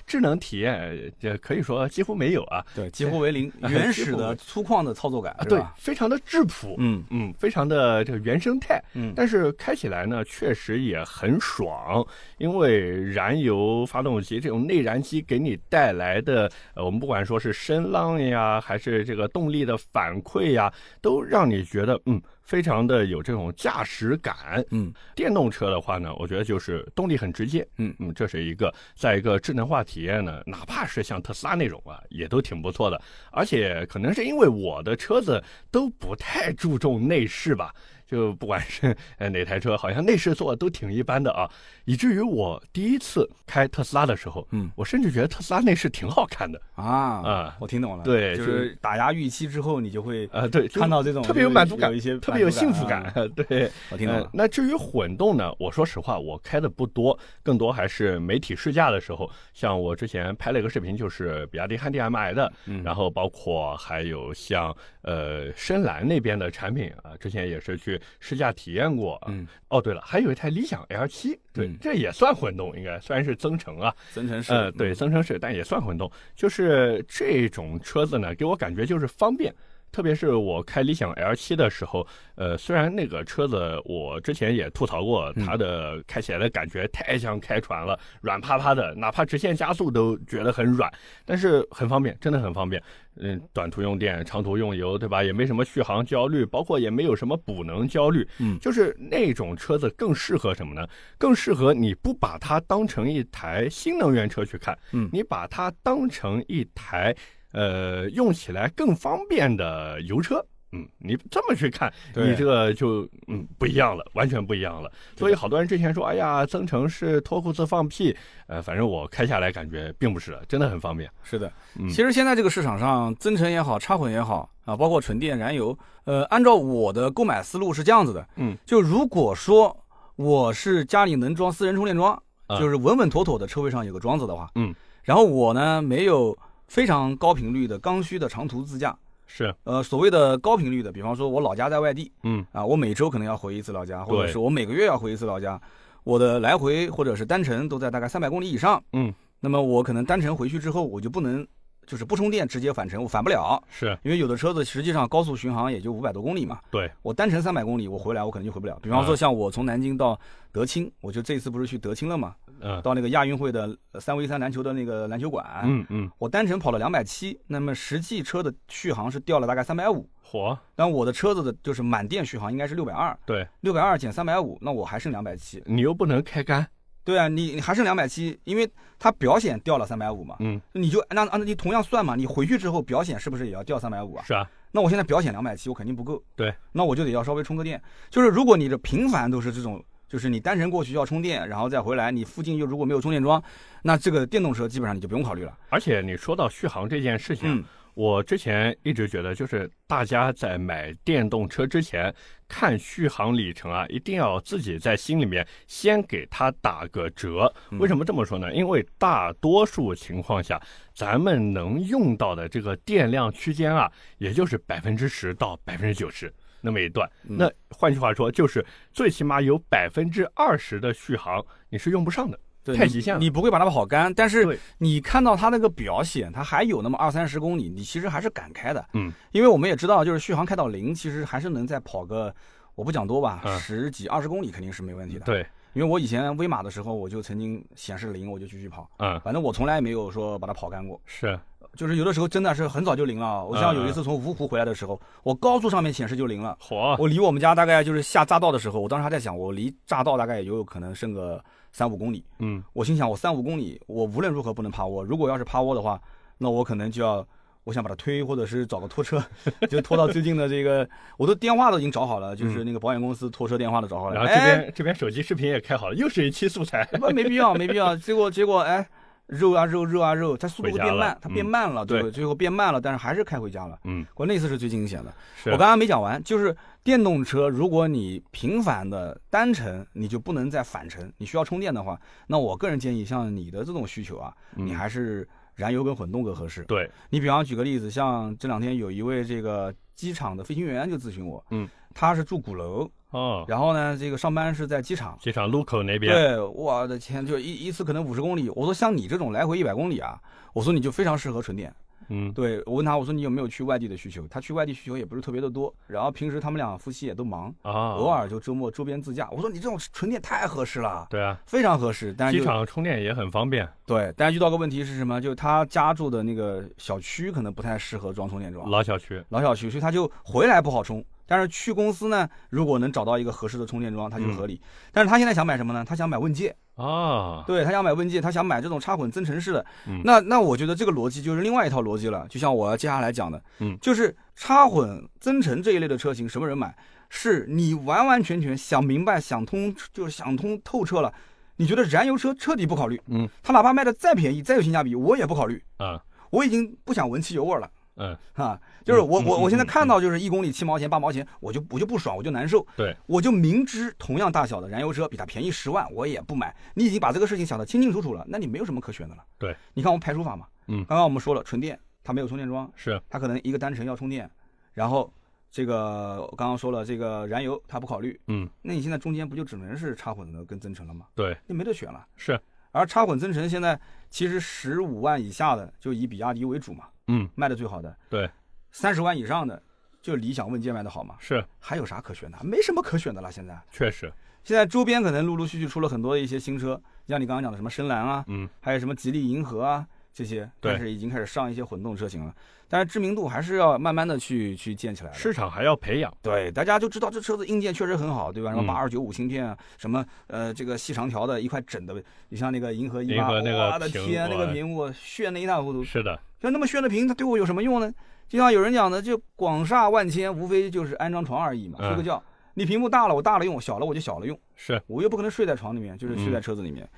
Speaker 2: 智能体验也可以说几乎没有啊，
Speaker 1: 对，几乎为零，原始的粗犷的操作感，
Speaker 2: 啊
Speaker 1: 是
Speaker 2: 对
Speaker 1: 吧，？
Speaker 2: 非常的质朴，
Speaker 1: 嗯
Speaker 2: 嗯，非常的这个原生态，
Speaker 1: 嗯，
Speaker 2: 但是开起来呢，确实也很爽，因为燃油发动机这种内燃机给你带来的，呃，我们不管说是声浪呀，还是这个动力的反馈呀，都让你觉得嗯，非常的有这种驾驶感。
Speaker 1: 嗯，
Speaker 2: 电动车的话呢，我觉得就是动力很直接，
Speaker 1: 嗯
Speaker 2: 嗯，这是一个。再一个智能化体验呢，哪怕是像特斯拉那种啊，也都挺不错的。而且可能是因为我的车子都不太注重内饰吧，就不管是 呃哪台车，好像内饰做的都挺一般的啊，以至于我第一次开特斯拉的时候，
Speaker 1: 嗯
Speaker 2: 我甚至觉得特斯拉内饰挺好看的
Speaker 1: 啊
Speaker 2: 啊，
Speaker 1: 我听懂了，
Speaker 2: 对
Speaker 1: 就
Speaker 2: 就是
Speaker 1: 打压预期之后，你就会
Speaker 2: 啊、对，就
Speaker 1: 看到这种
Speaker 2: 特别有满足感，
Speaker 1: 有一些
Speaker 2: 特别有
Speaker 1: 满足
Speaker 2: 幸福感，
Speaker 1: 啊
Speaker 2: 对。
Speaker 1: 我听懂
Speaker 2: 呃
Speaker 1: 了。
Speaker 2: 那至于混动呢，我说实话，我开的不多，更多还是媒体试驾的时候。像我之前拍了一个视频，就是比亚迪汉 DMI 的，
Speaker 1: 嗯
Speaker 2: 然后包括还有像呃深蓝那边的产品啊，之前也是去试驾体验过。
Speaker 1: 嗯，
Speaker 2: 哦，对了，还有一台理想 L 7对，
Speaker 1: 嗯
Speaker 2: 这也算混动，应该虽然是增程啊，
Speaker 1: 增程式，
Speaker 2: 呃，对，增程式，但也算混动。就是这种车子呢，给我感觉就是方便。特别是我开理想 L 7的时候，呃，虽然那个车子我之前也吐槽过，它的开起来的感觉太像开船了，软趴趴的，哪怕直线加速都觉得很软，但是很方便，真的很方便。嗯，短途用电，长途用油，对吧？也没什么续航焦虑，包括也没有什么补能焦虑。
Speaker 1: 嗯
Speaker 2: 就是那种车子更适合什么呢？更适合你不把它当成一台新能源车去看，
Speaker 1: 嗯
Speaker 2: 你把它当成一台呃用起来更方便的油车。嗯，你这么去看，
Speaker 1: 对
Speaker 2: 你这个就嗯不一样了，完全不一样了。所以好多人之前说，哎呀，增程是脱裤子放屁，呃，反正我开下来感觉并不是的，真的很方便。
Speaker 1: 是的，
Speaker 2: 嗯
Speaker 1: 其实现在这个市场上，增程也好，插混也好啊，包括纯电、燃油，呃，按照我的购买思路是这样子的，
Speaker 2: 嗯，
Speaker 1: 就如果说我是家里能装私人充电桩，
Speaker 2: 啊
Speaker 1: 就是稳稳妥妥的车位上有个桩子的话，
Speaker 2: 嗯，
Speaker 1: 然后我呢没有非常高频率的刚需的长途自驾，
Speaker 2: 是，
Speaker 1: 呃，所谓的高频率的，比方说我老家在外地
Speaker 2: 嗯
Speaker 1: 啊，我每周可能要回一次老家，或者
Speaker 2: 对
Speaker 1: 是我每个月要回一次老家，我的来回或者是单程都在大概三百公里以上。
Speaker 2: 嗯，
Speaker 1: 那么我可能单程回去之后，我就不能就是不充电直接返程，我返不了，
Speaker 2: 是，
Speaker 1: 因为有的车子实际上高速巡航也就五百多公里嘛。
Speaker 2: 对，
Speaker 1: 我单程三百公里，我回来我可能就回不了。比方说像我从南京到德清，我就这次不是去德清了嘛，
Speaker 2: 嗯
Speaker 1: 到那个亚运会的呃三 v 三篮球的那个篮球馆，
Speaker 2: 嗯嗯，
Speaker 1: 我单程跑了两百七，那么实际车的续航是掉了大概三百五。
Speaker 2: 火，
Speaker 1: 但我的车子的就是满电续航应该是六百二，
Speaker 2: 对
Speaker 1: 六百二减三百五，那我还剩两百七。
Speaker 2: 你又不能开干，
Speaker 1: 对啊，你你还剩两百七，因为它表显掉了三百五嘛，
Speaker 2: 嗯，
Speaker 1: 你就那按你同样算嘛，你回去之后表显是不是也要掉三百五啊？
Speaker 2: 是啊，
Speaker 1: 那我现在表显两百七，我肯定不够。
Speaker 2: 对，
Speaker 1: 那我就得要稍微充个电。就是如果你的频繁都是这种，就是你单程过去要充电，然后再回来，你附近又如果没有充电桩，那这个电动车基本上你就不用考虑了。
Speaker 2: 而且你说到续航这件事情啊，
Speaker 1: 嗯
Speaker 2: 我之前一直觉得，就是大家在买电动车之前看续航里程啊，一定要自己在心里面先给它打个折。
Speaker 1: 嗯
Speaker 2: 为什么这么说呢？因为大多数情况下，咱们能用到的这个电量区间啊，也就是百分之十到百分之九十那么一段。
Speaker 1: 嗯
Speaker 2: 那换句话说，就是最起码有百分之二十的续航你是用不上的。
Speaker 1: 对
Speaker 2: 太
Speaker 1: 你
Speaker 2: 极限了
Speaker 1: 你不会把它跑干，但是
Speaker 2: 对
Speaker 1: 你看到它那个表显，它还有那么二三十公里，你其实还是敢开的，
Speaker 2: 嗯，
Speaker 1: 因为我们也知道，就是续航开到零，其实还是能再跑个，我不讲多吧，
Speaker 2: 嗯
Speaker 1: 十几二十公里肯定是没问题的。，
Speaker 2: 对，
Speaker 1: 因为我以前威马的时候，我就曾经显示零，我就继续跑，
Speaker 2: 嗯，
Speaker 1: 反正我从来没有说把它跑干过，
Speaker 2: 是，
Speaker 1: 就是有的时候真的是很早就零了。我像有一次从芜湖回来的时
Speaker 2: 嗯
Speaker 1: 候，我高速上面显示就零了。
Speaker 2: 火，
Speaker 1: 我离我们家大概就是下匝道的时候，我当时还在想，我离匝道大概也有可能剩个三五公里。
Speaker 2: 嗯，
Speaker 1: 我心想，我三五公里，我无论如何不能趴窝。如果要是趴窝的话，那我可能就要，我想把它推，或者是找个拖车， 就拖到最近的这个，我都电话都已经找好了，就是那个保险公司拖车电话都找好了。
Speaker 2: 嗯然后这边、
Speaker 1: 哎，
Speaker 2: 这边手机视频也开好了，又是一期素材。
Speaker 1: 不没必要，没必要。结果结果哎，肉啊肉肉啊肉，它速度会
Speaker 2: 回家
Speaker 1: 变
Speaker 2: 了
Speaker 1: 慢，它变
Speaker 2: 嗯
Speaker 1: 慢了，
Speaker 2: 对
Speaker 1: 最后最后变慢了，但是还是开回家了。
Speaker 2: 嗯，
Speaker 1: 我那次 是最惊险的。
Speaker 2: 是
Speaker 1: 我刚刚没讲完，就是电动车，如果你频繁的单程，你就不能再返程，你需要充电的话，那我个人建议，像你的这种需求啊，
Speaker 2: 嗯
Speaker 1: 你还是燃油跟混动更合适。
Speaker 2: 对，
Speaker 1: 你比方举个例子，像这两天有一位这个机场的飞行员就咨询我，
Speaker 2: 嗯，
Speaker 1: 他是住鼓楼，
Speaker 2: 哦，
Speaker 1: 然后呢，这个上班是在机场。
Speaker 2: 机场路口那边，
Speaker 1: 对，我的天，就一一次可能五十公里。我说像你这种来回一百公里啊，我说你就非常适合纯电。
Speaker 2: 嗯，
Speaker 1: 对我问他，我说你有没有去外地的需求？他去外地需求也不是特别的多，然后平时他们俩夫妻也都忙，
Speaker 2: 啊，
Speaker 1: 偶，尔就周末周边自驾。我说你这种纯电太合适了，
Speaker 2: 对啊，
Speaker 1: 非常合适。但是
Speaker 2: 机
Speaker 1: 就
Speaker 2: 场充电也很方便，
Speaker 1: 对，但是遇到个问题是什么？就是他家住的那个小区可能不太适合装充电桩，
Speaker 2: 老小区，
Speaker 1: 老小区，所以他就回来不好充。但是去公司呢，如果能找到一个合适的充电桩，他就
Speaker 2: 嗯
Speaker 1: 合理。但是他现在想买什么呢？他想买问界，
Speaker 2: 啊，
Speaker 1: 对他想买问界，他想买这种插混增程式的。
Speaker 2: 嗯
Speaker 1: 那那我觉得这个逻辑就是另外一套逻辑了，就像我接下来讲的，
Speaker 2: 嗯
Speaker 1: 就是插混增程这一类的车型，什么人买？是你完完全全想明白、想通，就是想通透彻了。你觉得燃油车彻底不考虑，
Speaker 2: 嗯，
Speaker 1: 他哪怕卖的再便宜、再有性价比，我也不考虑。
Speaker 2: 嗯
Speaker 1: 我已经不想闻汽油味儿了。
Speaker 2: 嗯，
Speaker 1: 啊，就是
Speaker 2: 嗯
Speaker 1: 我
Speaker 2: 嗯
Speaker 1: 我我现在
Speaker 2: 嗯嗯
Speaker 1: 看到就是一公里七毛钱八毛钱，我就我就不爽，我就难受。
Speaker 2: 对，
Speaker 1: 我就明知同样大小的燃油车比它便宜十万，我也不买。你已经把这个事情想得清清楚楚了，那你没有什么可选的了。
Speaker 2: 对，
Speaker 1: 你看我们排除法嘛，
Speaker 2: 嗯
Speaker 1: 刚刚我们说了，纯电它没有充电桩，
Speaker 2: 是，
Speaker 1: 它可能一个单程要充电，然后这个我刚刚说了，这个燃油它不考虑，
Speaker 2: 嗯，
Speaker 1: 那你现在中间不就只能是插混的跟增程了吗？
Speaker 2: 对，
Speaker 1: 你没得选了。
Speaker 2: 是，
Speaker 1: 而插混增程现在其实十五万以下的就以比亚迪为主嘛，
Speaker 2: 嗯，
Speaker 1: 卖的最好的。
Speaker 2: 对，
Speaker 1: 三十万以上的就理想、问界卖的好嘛，
Speaker 2: 是，
Speaker 1: 还有啥可选的？没什么可选的了。现在
Speaker 2: 确实，
Speaker 1: 现在周边可能陆陆续续出了很多的一些新车，像你刚刚讲的什么深蓝啊，
Speaker 2: 嗯，
Speaker 1: 还有什么吉利银河啊这些，
Speaker 2: 对
Speaker 1: 但是已经开始上一些混动车型了。但是知名度还是要慢慢的去去建起来的。
Speaker 2: 市场还要培养，
Speaker 1: 对，大家就知道这车子硬件确实很好，对吧？什么
Speaker 2: 嗯
Speaker 1: 八二九五芯片啊，什么呃这个细长条的一块整的，你像那个银河一
Speaker 2: 银
Speaker 1: 八，
Speaker 2: 河那个
Speaker 1: 我的
Speaker 2: 屏
Speaker 1: 天，那
Speaker 2: 哇
Speaker 1: 个屏幕炫的一塌糊涂。
Speaker 2: 是的，
Speaker 1: 就那么炫的屏，它对我有什么用呢？就像有人讲的，就广厦万千，无非就是安张床而已嘛，
Speaker 2: 嗯
Speaker 1: 睡个觉。你屏幕大了，我大了用；小了，我就小了用。
Speaker 2: 是，
Speaker 1: 我又不可能睡在床里面，就是睡在
Speaker 2: 嗯
Speaker 1: 车子里面。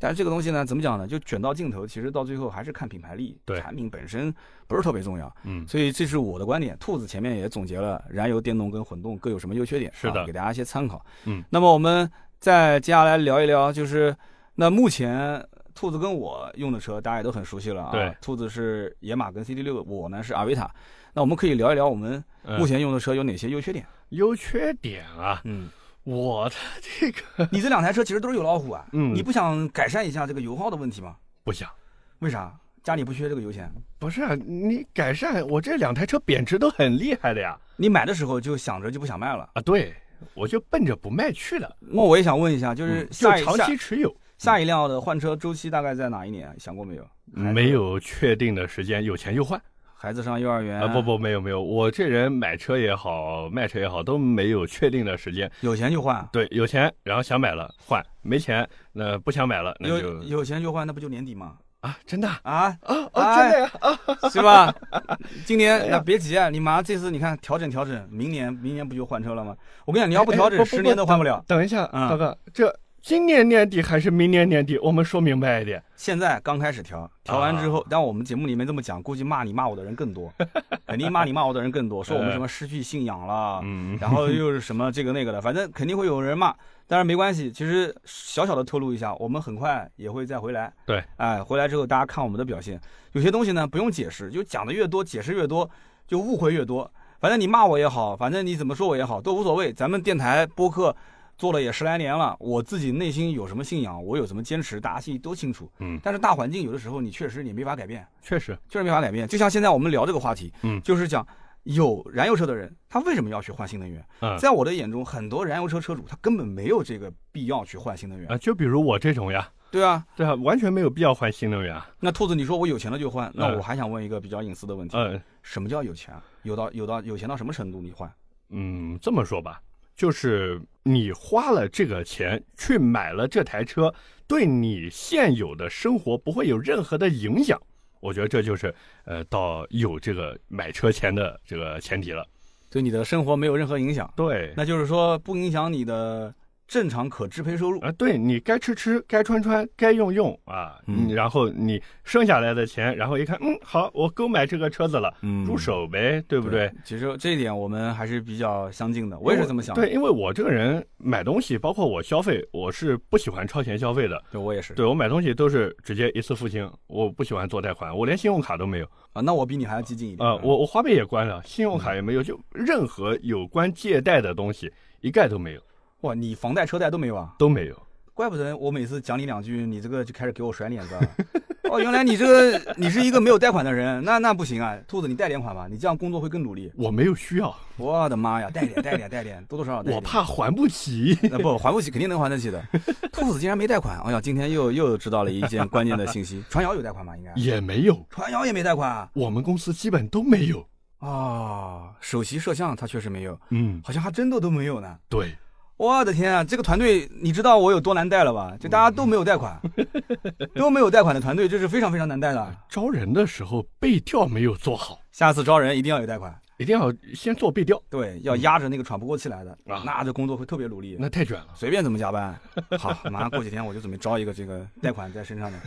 Speaker 1: 但是这个东西呢，怎么讲呢？就卷到尽头，其实到最后还是看品牌力，
Speaker 2: 对
Speaker 1: 产品本身不是特别重要。
Speaker 2: 嗯，
Speaker 1: 所以这是我的观点。兔子前面也总结了燃油、电动跟混动各有什么优缺点，
Speaker 2: 是的
Speaker 1: 啊给大家一些参考。
Speaker 2: 嗯，
Speaker 1: 那么我们再接下来聊一聊，就是那目前兔子跟我用的车，大家也都很熟悉了啊。
Speaker 2: 对，
Speaker 1: 兔子是野马跟 CT 六，我呢是阿维塔。那我们可以聊一聊我们
Speaker 2: 嗯
Speaker 1: 目前用的车有哪些优缺点。
Speaker 2: 优缺点啊，
Speaker 1: 嗯，
Speaker 2: 我的这个
Speaker 1: 你这两台车其实都是有老虎啊，
Speaker 2: 嗯
Speaker 1: 你不想改善一下这个油耗的问题吗？
Speaker 2: 不想。
Speaker 1: 为啥？家里不缺这个油钱？
Speaker 2: 不是啊你改善，我这两台车贬值都很厉害的呀！
Speaker 1: 你买的时候就想着就不想卖了。
Speaker 2: 啊，对，我就奔着不卖去了，
Speaker 1: 那我也想问一下，就是
Speaker 2: 嗯就
Speaker 1: 下一、
Speaker 2: 长
Speaker 1: 下
Speaker 2: 期持有，
Speaker 1: 下一辆的换车周期大概在哪一年？想过没有？孩子
Speaker 2: 没，有确定的时间，有钱就换
Speaker 1: 孩子上幼儿园
Speaker 2: 啊！不，不，没有没有，我这人买车也好，卖车也好，都没有确定的时间。
Speaker 1: 有钱就换，
Speaker 2: 对，有钱然后想买了换，没钱那不想买了那
Speaker 1: 有
Speaker 2: 就
Speaker 1: 有钱就换，那不就年底吗？
Speaker 2: 啊，真的啊
Speaker 1: 啊，
Speaker 2: 哦，真的呀！
Speaker 1: 是吧？今年
Speaker 2: 哎呀
Speaker 1: 那别急啊，你马上这次你看调整调整，明年明年不就换车了吗？我跟你讲，你要不调
Speaker 2: 哎
Speaker 1: 整，
Speaker 2: 哎
Speaker 1: 十年都换不了。
Speaker 2: 等一下，
Speaker 1: 嗯
Speaker 2: 大哥，这今年年底还是明年年底，我们说明白一点。
Speaker 1: 现在刚开始调，调完之后，但我们节目里面这么讲，估计骂你骂我的人更多，肯定骂你骂我的人更多，说我们什么失去信仰了，
Speaker 2: 嗯，
Speaker 1: 然后又是什么这个那个的，反正肯定会有人骂，但是没关系。其实小小的透露一下，我们很快也会再回来。
Speaker 2: 对，
Speaker 1: 哎，回来之后大家看我们的表现，有些东西呢不用解释，就讲的越多，解释越多，就误会越多。反正你骂我也好，反正你怎么说我也好，都无所谓。咱们电台播客做了也十来年了，我自己内心有什么信仰，我有什么坚持，大家心里都清楚。
Speaker 2: 嗯
Speaker 1: 但是大环境有的时候你确实你没法改变，
Speaker 2: 确实，
Speaker 1: 确实没法改变。就像现在我们聊这个话题，
Speaker 2: 嗯
Speaker 1: 就是讲有燃油车的人，他为什么要去换新能源？
Speaker 2: 嗯
Speaker 1: 在我的眼中，很多燃油车车主他根本没有这个必要去换新能源。
Speaker 2: 啊，就比如我这种呀，
Speaker 1: 对啊，
Speaker 2: 对啊，完全没有必要换新能源啊。
Speaker 1: 那兔子，你说我有钱了就换，那
Speaker 2: 嗯
Speaker 1: 我还想问一个比较隐私的问题，
Speaker 2: 嗯
Speaker 1: 什么叫有钱啊？有到有到有钱到什么程度你换？
Speaker 2: 嗯，这么说吧，就是你花了这个钱去买了这台车，对你现有的生活不会有任何的影响。我觉得这就是呃，到有这个买车前的这个前提了。
Speaker 1: 对你的生活没有任何影响，
Speaker 2: 对，
Speaker 1: 那就是说不影响你的正常可支配收入。
Speaker 2: 啊，对你该吃吃，该穿穿，该用用啊，
Speaker 1: 嗯
Speaker 2: 你然后你剩下来的钱，然后一看，嗯，好，我购买这个车子了，
Speaker 1: 嗯
Speaker 2: 入手呗，对不对？？
Speaker 1: 其实这一点我们还是比较相近的，我也是这么想的。
Speaker 2: 对，因为我这个人买东西，包括我消费，我是不喜欢超前消费的。
Speaker 1: 对，我也是。
Speaker 2: 对我买东西都是直接一次付清，我不喜欢做贷款，我连信用卡都没有。
Speaker 1: 啊，那我比你还要激进一点。
Speaker 2: 啊，我我花呗也关了，信
Speaker 1: 嗯
Speaker 2: 用卡也没有，就任何有关借贷的东西一概都没有，
Speaker 1: 哇，你房贷车贷都没有啊？
Speaker 2: 都没有。
Speaker 1: 怪不得我每次讲你两句，你这个就开始给我甩脸子啊。 哦，原来你这个你是一个没有贷款的人，那那不行啊，兔子你贷点款吧，你这样工作会更努力。
Speaker 2: 我没有需要，我
Speaker 1: 我的妈呀，贷点贷点贷点，多多少少贷一
Speaker 2: 我
Speaker 1: 点。
Speaker 2: 怕还不起。
Speaker 1: 那不还不起，肯定能还得起的。兔子竟然没贷款，哎呀，今天又又知道了一件关键的信息。传谣有贷款吗？ 应该
Speaker 2: 也没有，
Speaker 1: 传谣也没贷款啊、
Speaker 2: 我们公司基本都没有。
Speaker 1: 哦首席摄像他确实没有，
Speaker 2: 嗯，
Speaker 1: 好像还真的都没有呢。
Speaker 2: 对，
Speaker 1: 我的天啊，这个团队你知道我有多难带了吧？就大家都没有贷 款，都没有贷款的团队，这是非常非常难带的。
Speaker 2: 招人的时候背调没有做好，
Speaker 1: 下次招人一定要有贷款，
Speaker 2: 一定要先做背调，
Speaker 1: 对，要压着那个喘不过气来的，
Speaker 2: 嗯啊
Speaker 1: 那这工作会特别努力。
Speaker 2: 那太卷了。
Speaker 1: 随便怎么加 班，好，马上过几天我就准备招一个这个贷款在身上 的，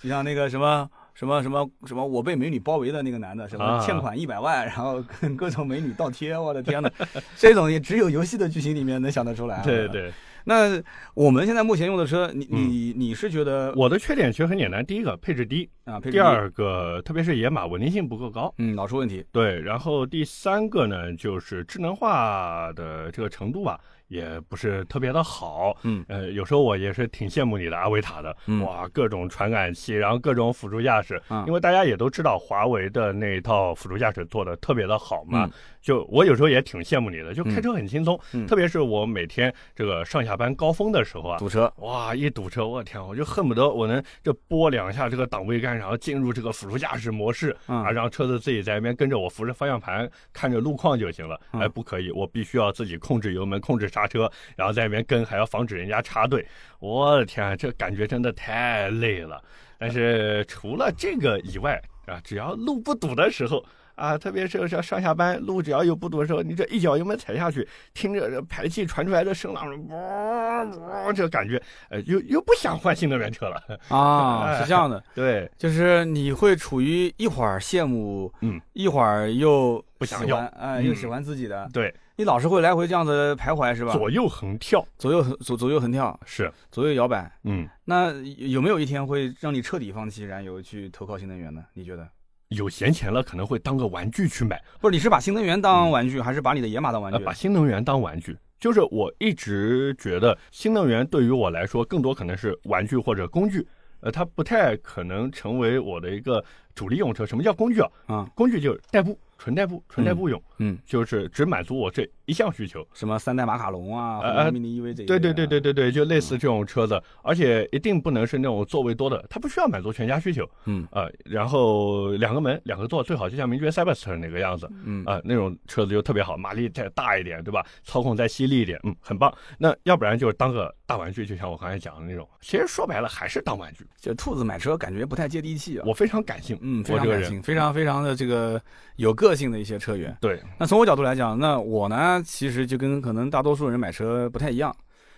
Speaker 1: 就像那个什么什么什么什么我被美女包围的那个男的，什么
Speaker 2: 啊
Speaker 1: 欠款一百万，然后跟各种美女倒贴，我的天呐， 这种也只有游戏的剧情里面能想得出来、啊。
Speaker 2: 对。对，
Speaker 1: 那我们现在目前用的车，你你你是觉得
Speaker 2: 我的缺点其实很简单，第一个配置低，
Speaker 1: 啊？配置
Speaker 2: 第，二个特别是野马稳定性不够高，
Speaker 1: 嗯，老出问题，
Speaker 2: 对，然后第三个呢就是智能化的这个程度吧，也不是特别的好。
Speaker 1: 嗯
Speaker 2: 呃，有时候我也是挺羡慕你的阿维塔的，
Speaker 1: 嗯
Speaker 2: 哇，各种传感器，然后各种辅助驾驶，
Speaker 1: 嗯
Speaker 2: 因为大家也都知道华为的那一套辅助驾驶做的特别的好嘛，
Speaker 1: 嗯
Speaker 2: 就我有时候也挺羡慕你的，就开车很轻松，
Speaker 1: 嗯
Speaker 2: 特别是我每天这个上下班高峰的时候啊。
Speaker 1: 堵车，
Speaker 2: 哇！一堵车，我天啊，我就恨不得我能这拨两下这个挡位杆，然后进入这个辅助驾驶模式，
Speaker 1: 嗯
Speaker 2: 啊，让车子自己在那边跟着我扶着方向盘，看着路况就行了。
Speaker 1: 嗯
Speaker 2: 哎，不可以，我必须要自己控制油门、控制刹车，然后在那边跟，还要防止人家插队。我的天啊，这感觉真的太累了。但是除了这个以外啊，只要路不堵的时候。啊，特别是上上下班路只要有不堵的时候，你这一脚油门踩下去，听着这排气传出来的声浪，嗡嗡，这感觉，呃，又又不想换新能源车了。
Speaker 1: 啊，是这样的，
Speaker 2: 对，
Speaker 1: 就是你会处于一会儿羡慕，
Speaker 2: 嗯，
Speaker 1: 一会儿又
Speaker 2: 不想
Speaker 1: 喜欢，哎、
Speaker 2: 嗯
Speaker 1: 又喜欢自己的，
Speaker 2: 对，
Speaker 1: 你老是会来回这样子徘徊是吧？
Speaker 2: 左右横跳
Speaker 1: 左右横左左右横跳，
Speaker 2: 是，
Speaker 1: 左右摇摆。
Speaker 2: 嗯，
Speaker 1: 那有没有一天会让你彻底放弃燃油，去投靠新能源呢？你觉得？
Speaker 2: 有闲钱了可能会当个玩具去买，
Speaker 1: 不是，你是把新能源当玩具，还是把你的野马当玩
Speaker 2: 呃，
Speaker 1: 具？啊
Speaker 2: 把新能源当玩具。就是我一直觉得新能源对于我来说，更多可能是玩具或者工具，呃，它不太可能成为我的一个主力用车。什么叫工具啊？
Speaker 1: 啊，
Speaker 2: 工具就是代步，纯代步，纯代步用，
Speaker 1: 嗯，
Speaker 2: 就是只满足我这一项需求。
Speaker 1: 什么三代马卡龙啊，
Speaker 2: 呃
Speaker 1: 红
Speaker 2: 呃
Speaker 1: 米 mini EV 这一类
Speaker 2: 对
Speaker 1: 的
Speaker 2: 对对对，对对，就类似这种车子，而且一定不能是那种座位多的，它不需要满足全家需求。
Speaker 1: 嗯
Speaker 2: 呃，然后两个门两个座，最好就像名爵 Cybertruck 那个样子。
Speaker 1: 嗯
Speaker 2: 啊、那种车子就特别好，马力再大一点，对吧？操控再犀利一点，嗯，很棒。那要不然就是当个大玩具，就像我刚才讲的那种。其实说白了还是当玩具。
Speaker 1: 就兔子买车感觉不太接地气啊。
Speaker 2: 我非常感性，
Speaker 1: 嗯，非
Speaker 2: 我
Speaker 1: 常
Speaker 2: 这个
Speaker 1: 感
Speaker 2: 人
Speaker 1: 性，非常非常的这个有个性的一些车源。
Speaker 2: 对，
Speaker 1: 那从我角度来讲，那我呢，其实就跟可能大多数人买车不太一样。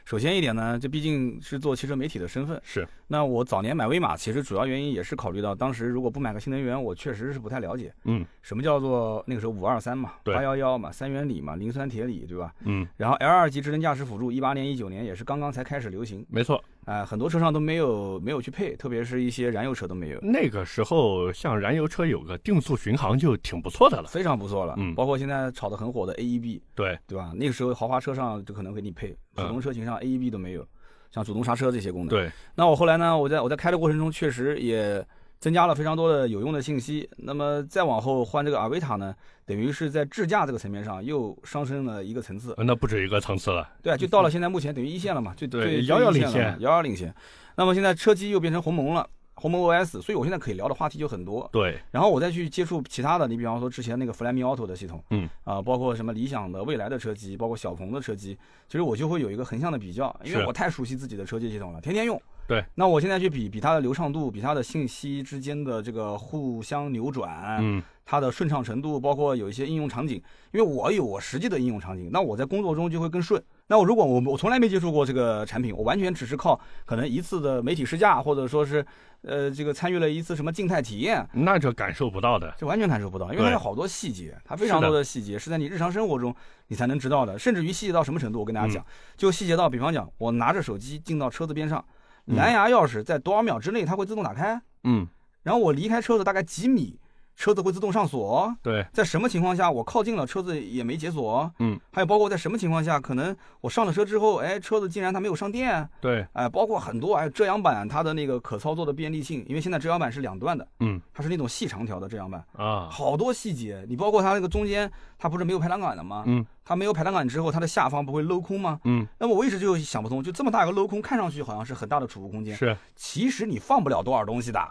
Speaker 1: 首先一点呢，这毕竟是做汽车媒体的身份，
Speaker 2: 是
Speaker 1: 那我早年买威马，其实主要原因也是考虑到当时如果不买个新能源，我确实是不太了解
Speaker 2: 嗯
Speaker 1: 什么叫做那个时候五二三嘛、
Speaker 2: 对
Speaker 1: 八幺幺嘛、三元锂嘛、磷酸铁锂，对吧？
Speaker 2: 嗯，
Speaker 1: 然后 L 二级智能驾驶辅助，一八年、一九年也是刚刚才开始流行，
Speaker 2: 没错。
Speaker 1: 啊、很多车上都没有没有去配，特别是一些燃油车都没有，
Speaker 2: 那个时候像燃油车有个定速巡航就挺不错的了。
Speaker 1: 非常不错了。
Speaker 2: 嗯
Speaker 1: 包括现在炒得很火的 AEB，
Speaker 2: 对，
Speaker 1: 对吧？那个时候豪华车上就可能给你配，普
Speaker 2: 嗯
Speaker 1: 通车型上 AEB 都没有，像主动刹车这些功能。
Speaker 2: 对，
Speaker 1: 那我后来呢，我在我在开的过程中，确实也增加了非常多的有用的信息。那么再往后换这个阿维塔呢，等于是在智驾这个层面上又上升了一个层次，
Speaker 2: 呃那不止一个层次了。
Speaker 1: 对啊，就到了现在目前等于一线了嘛，就
Speaker 2: 对
Speaker 1: 最
Speaker 2: 遥遥
Speaker 1: 最一
Speaker 2: 领
Speaker 1: 线了嘛
Speaker 2: 先
Speaker 1: 遥遥领先。那么现在车机又变成鸿蒙了。鸿蒙 OS，所以我现在可以聊的话题就很多，
Speaker 2: 对，
Speaker 1: 然后我再去接触其他的，你比方说之前那个 Flyme Auto 的系统，
Speaker 2: 嗯，
Speaker 1: 啊、包括什么理想的、未来的车机，包括小鹏的车机，其实我就会有一个横向的比较，因为
Speaker 2: 是
Speaker 1: 我太熟悉自己的车机系统了，天天用，
Speaker 2: 对，
Speaker 1: 那我现在去比比它的流畅度，比它的信息之间的这个互相扭转，
Speaker 2: 嗯
Speaker 1: 它的顺畅程度，包括有一些应用场景，因为我有我实际的应用场景，那我在工作中就会更顺。那我如果我我从来没接触过这个产品，我完全只是靠可能一次的媒体试驾，或者说是呃这个参与了一次什么静态体验，
Speaker 2: 那这感受不到的。
Speaker 1: 这完全感受不到，因为它
Speaker 2: 对
Speaker 1: 有好多细节，它非常
Speaker 2: 是的
Speaker 1: 多的细节是在你日常生活中你才能知道的，甚至于细节到什么程度，我跟大家
Speaker 2: 嗯
Speaker 1: 讲，就细节到，比方讲，我拿着手机进到车子边上，
Speaker 2: 嗯
Speaker 1: 蓝牙钥匙在多少秒之内它会自动打开，
Speaker 2: 嗯，
Speaker 1: 然后我离开车子大概几米，车子会自动上锁，
Speaker 2: 对，
Speaker 1: 在什么情况下我靠近了车子也没解锁，
Speaker 2: 嗯，
Speaker 1: 还有包括在什么情况下，可能我上了车之后，哎，车子竟然它没有上电，
Speaker 2: 对，
Speaker 1: 哎，包括很多哎遮阳板它的那个可操作的便利性，因为现在遮阳板是两段的，
Speaker 2: 嗯
Speaker 1: 它是那种细长条的遮阳板。
Speaker 2: 啊，
Speaker 1: 好多细节，你包括它那个中间，它不是没有排挡杆的吗？
Speaker 2: 嗯
Speaker 1: 它没有排挡杆之后，它的下方不会镂空吗？
Speaker 2: 嗯，
Speaker 1: 那么我一直就想不通，就这么大一个镂空，看上去好像是很大的储物空间，
Speaker 2: 是，
Speaker 1: 其实你放不了多少东西的啊！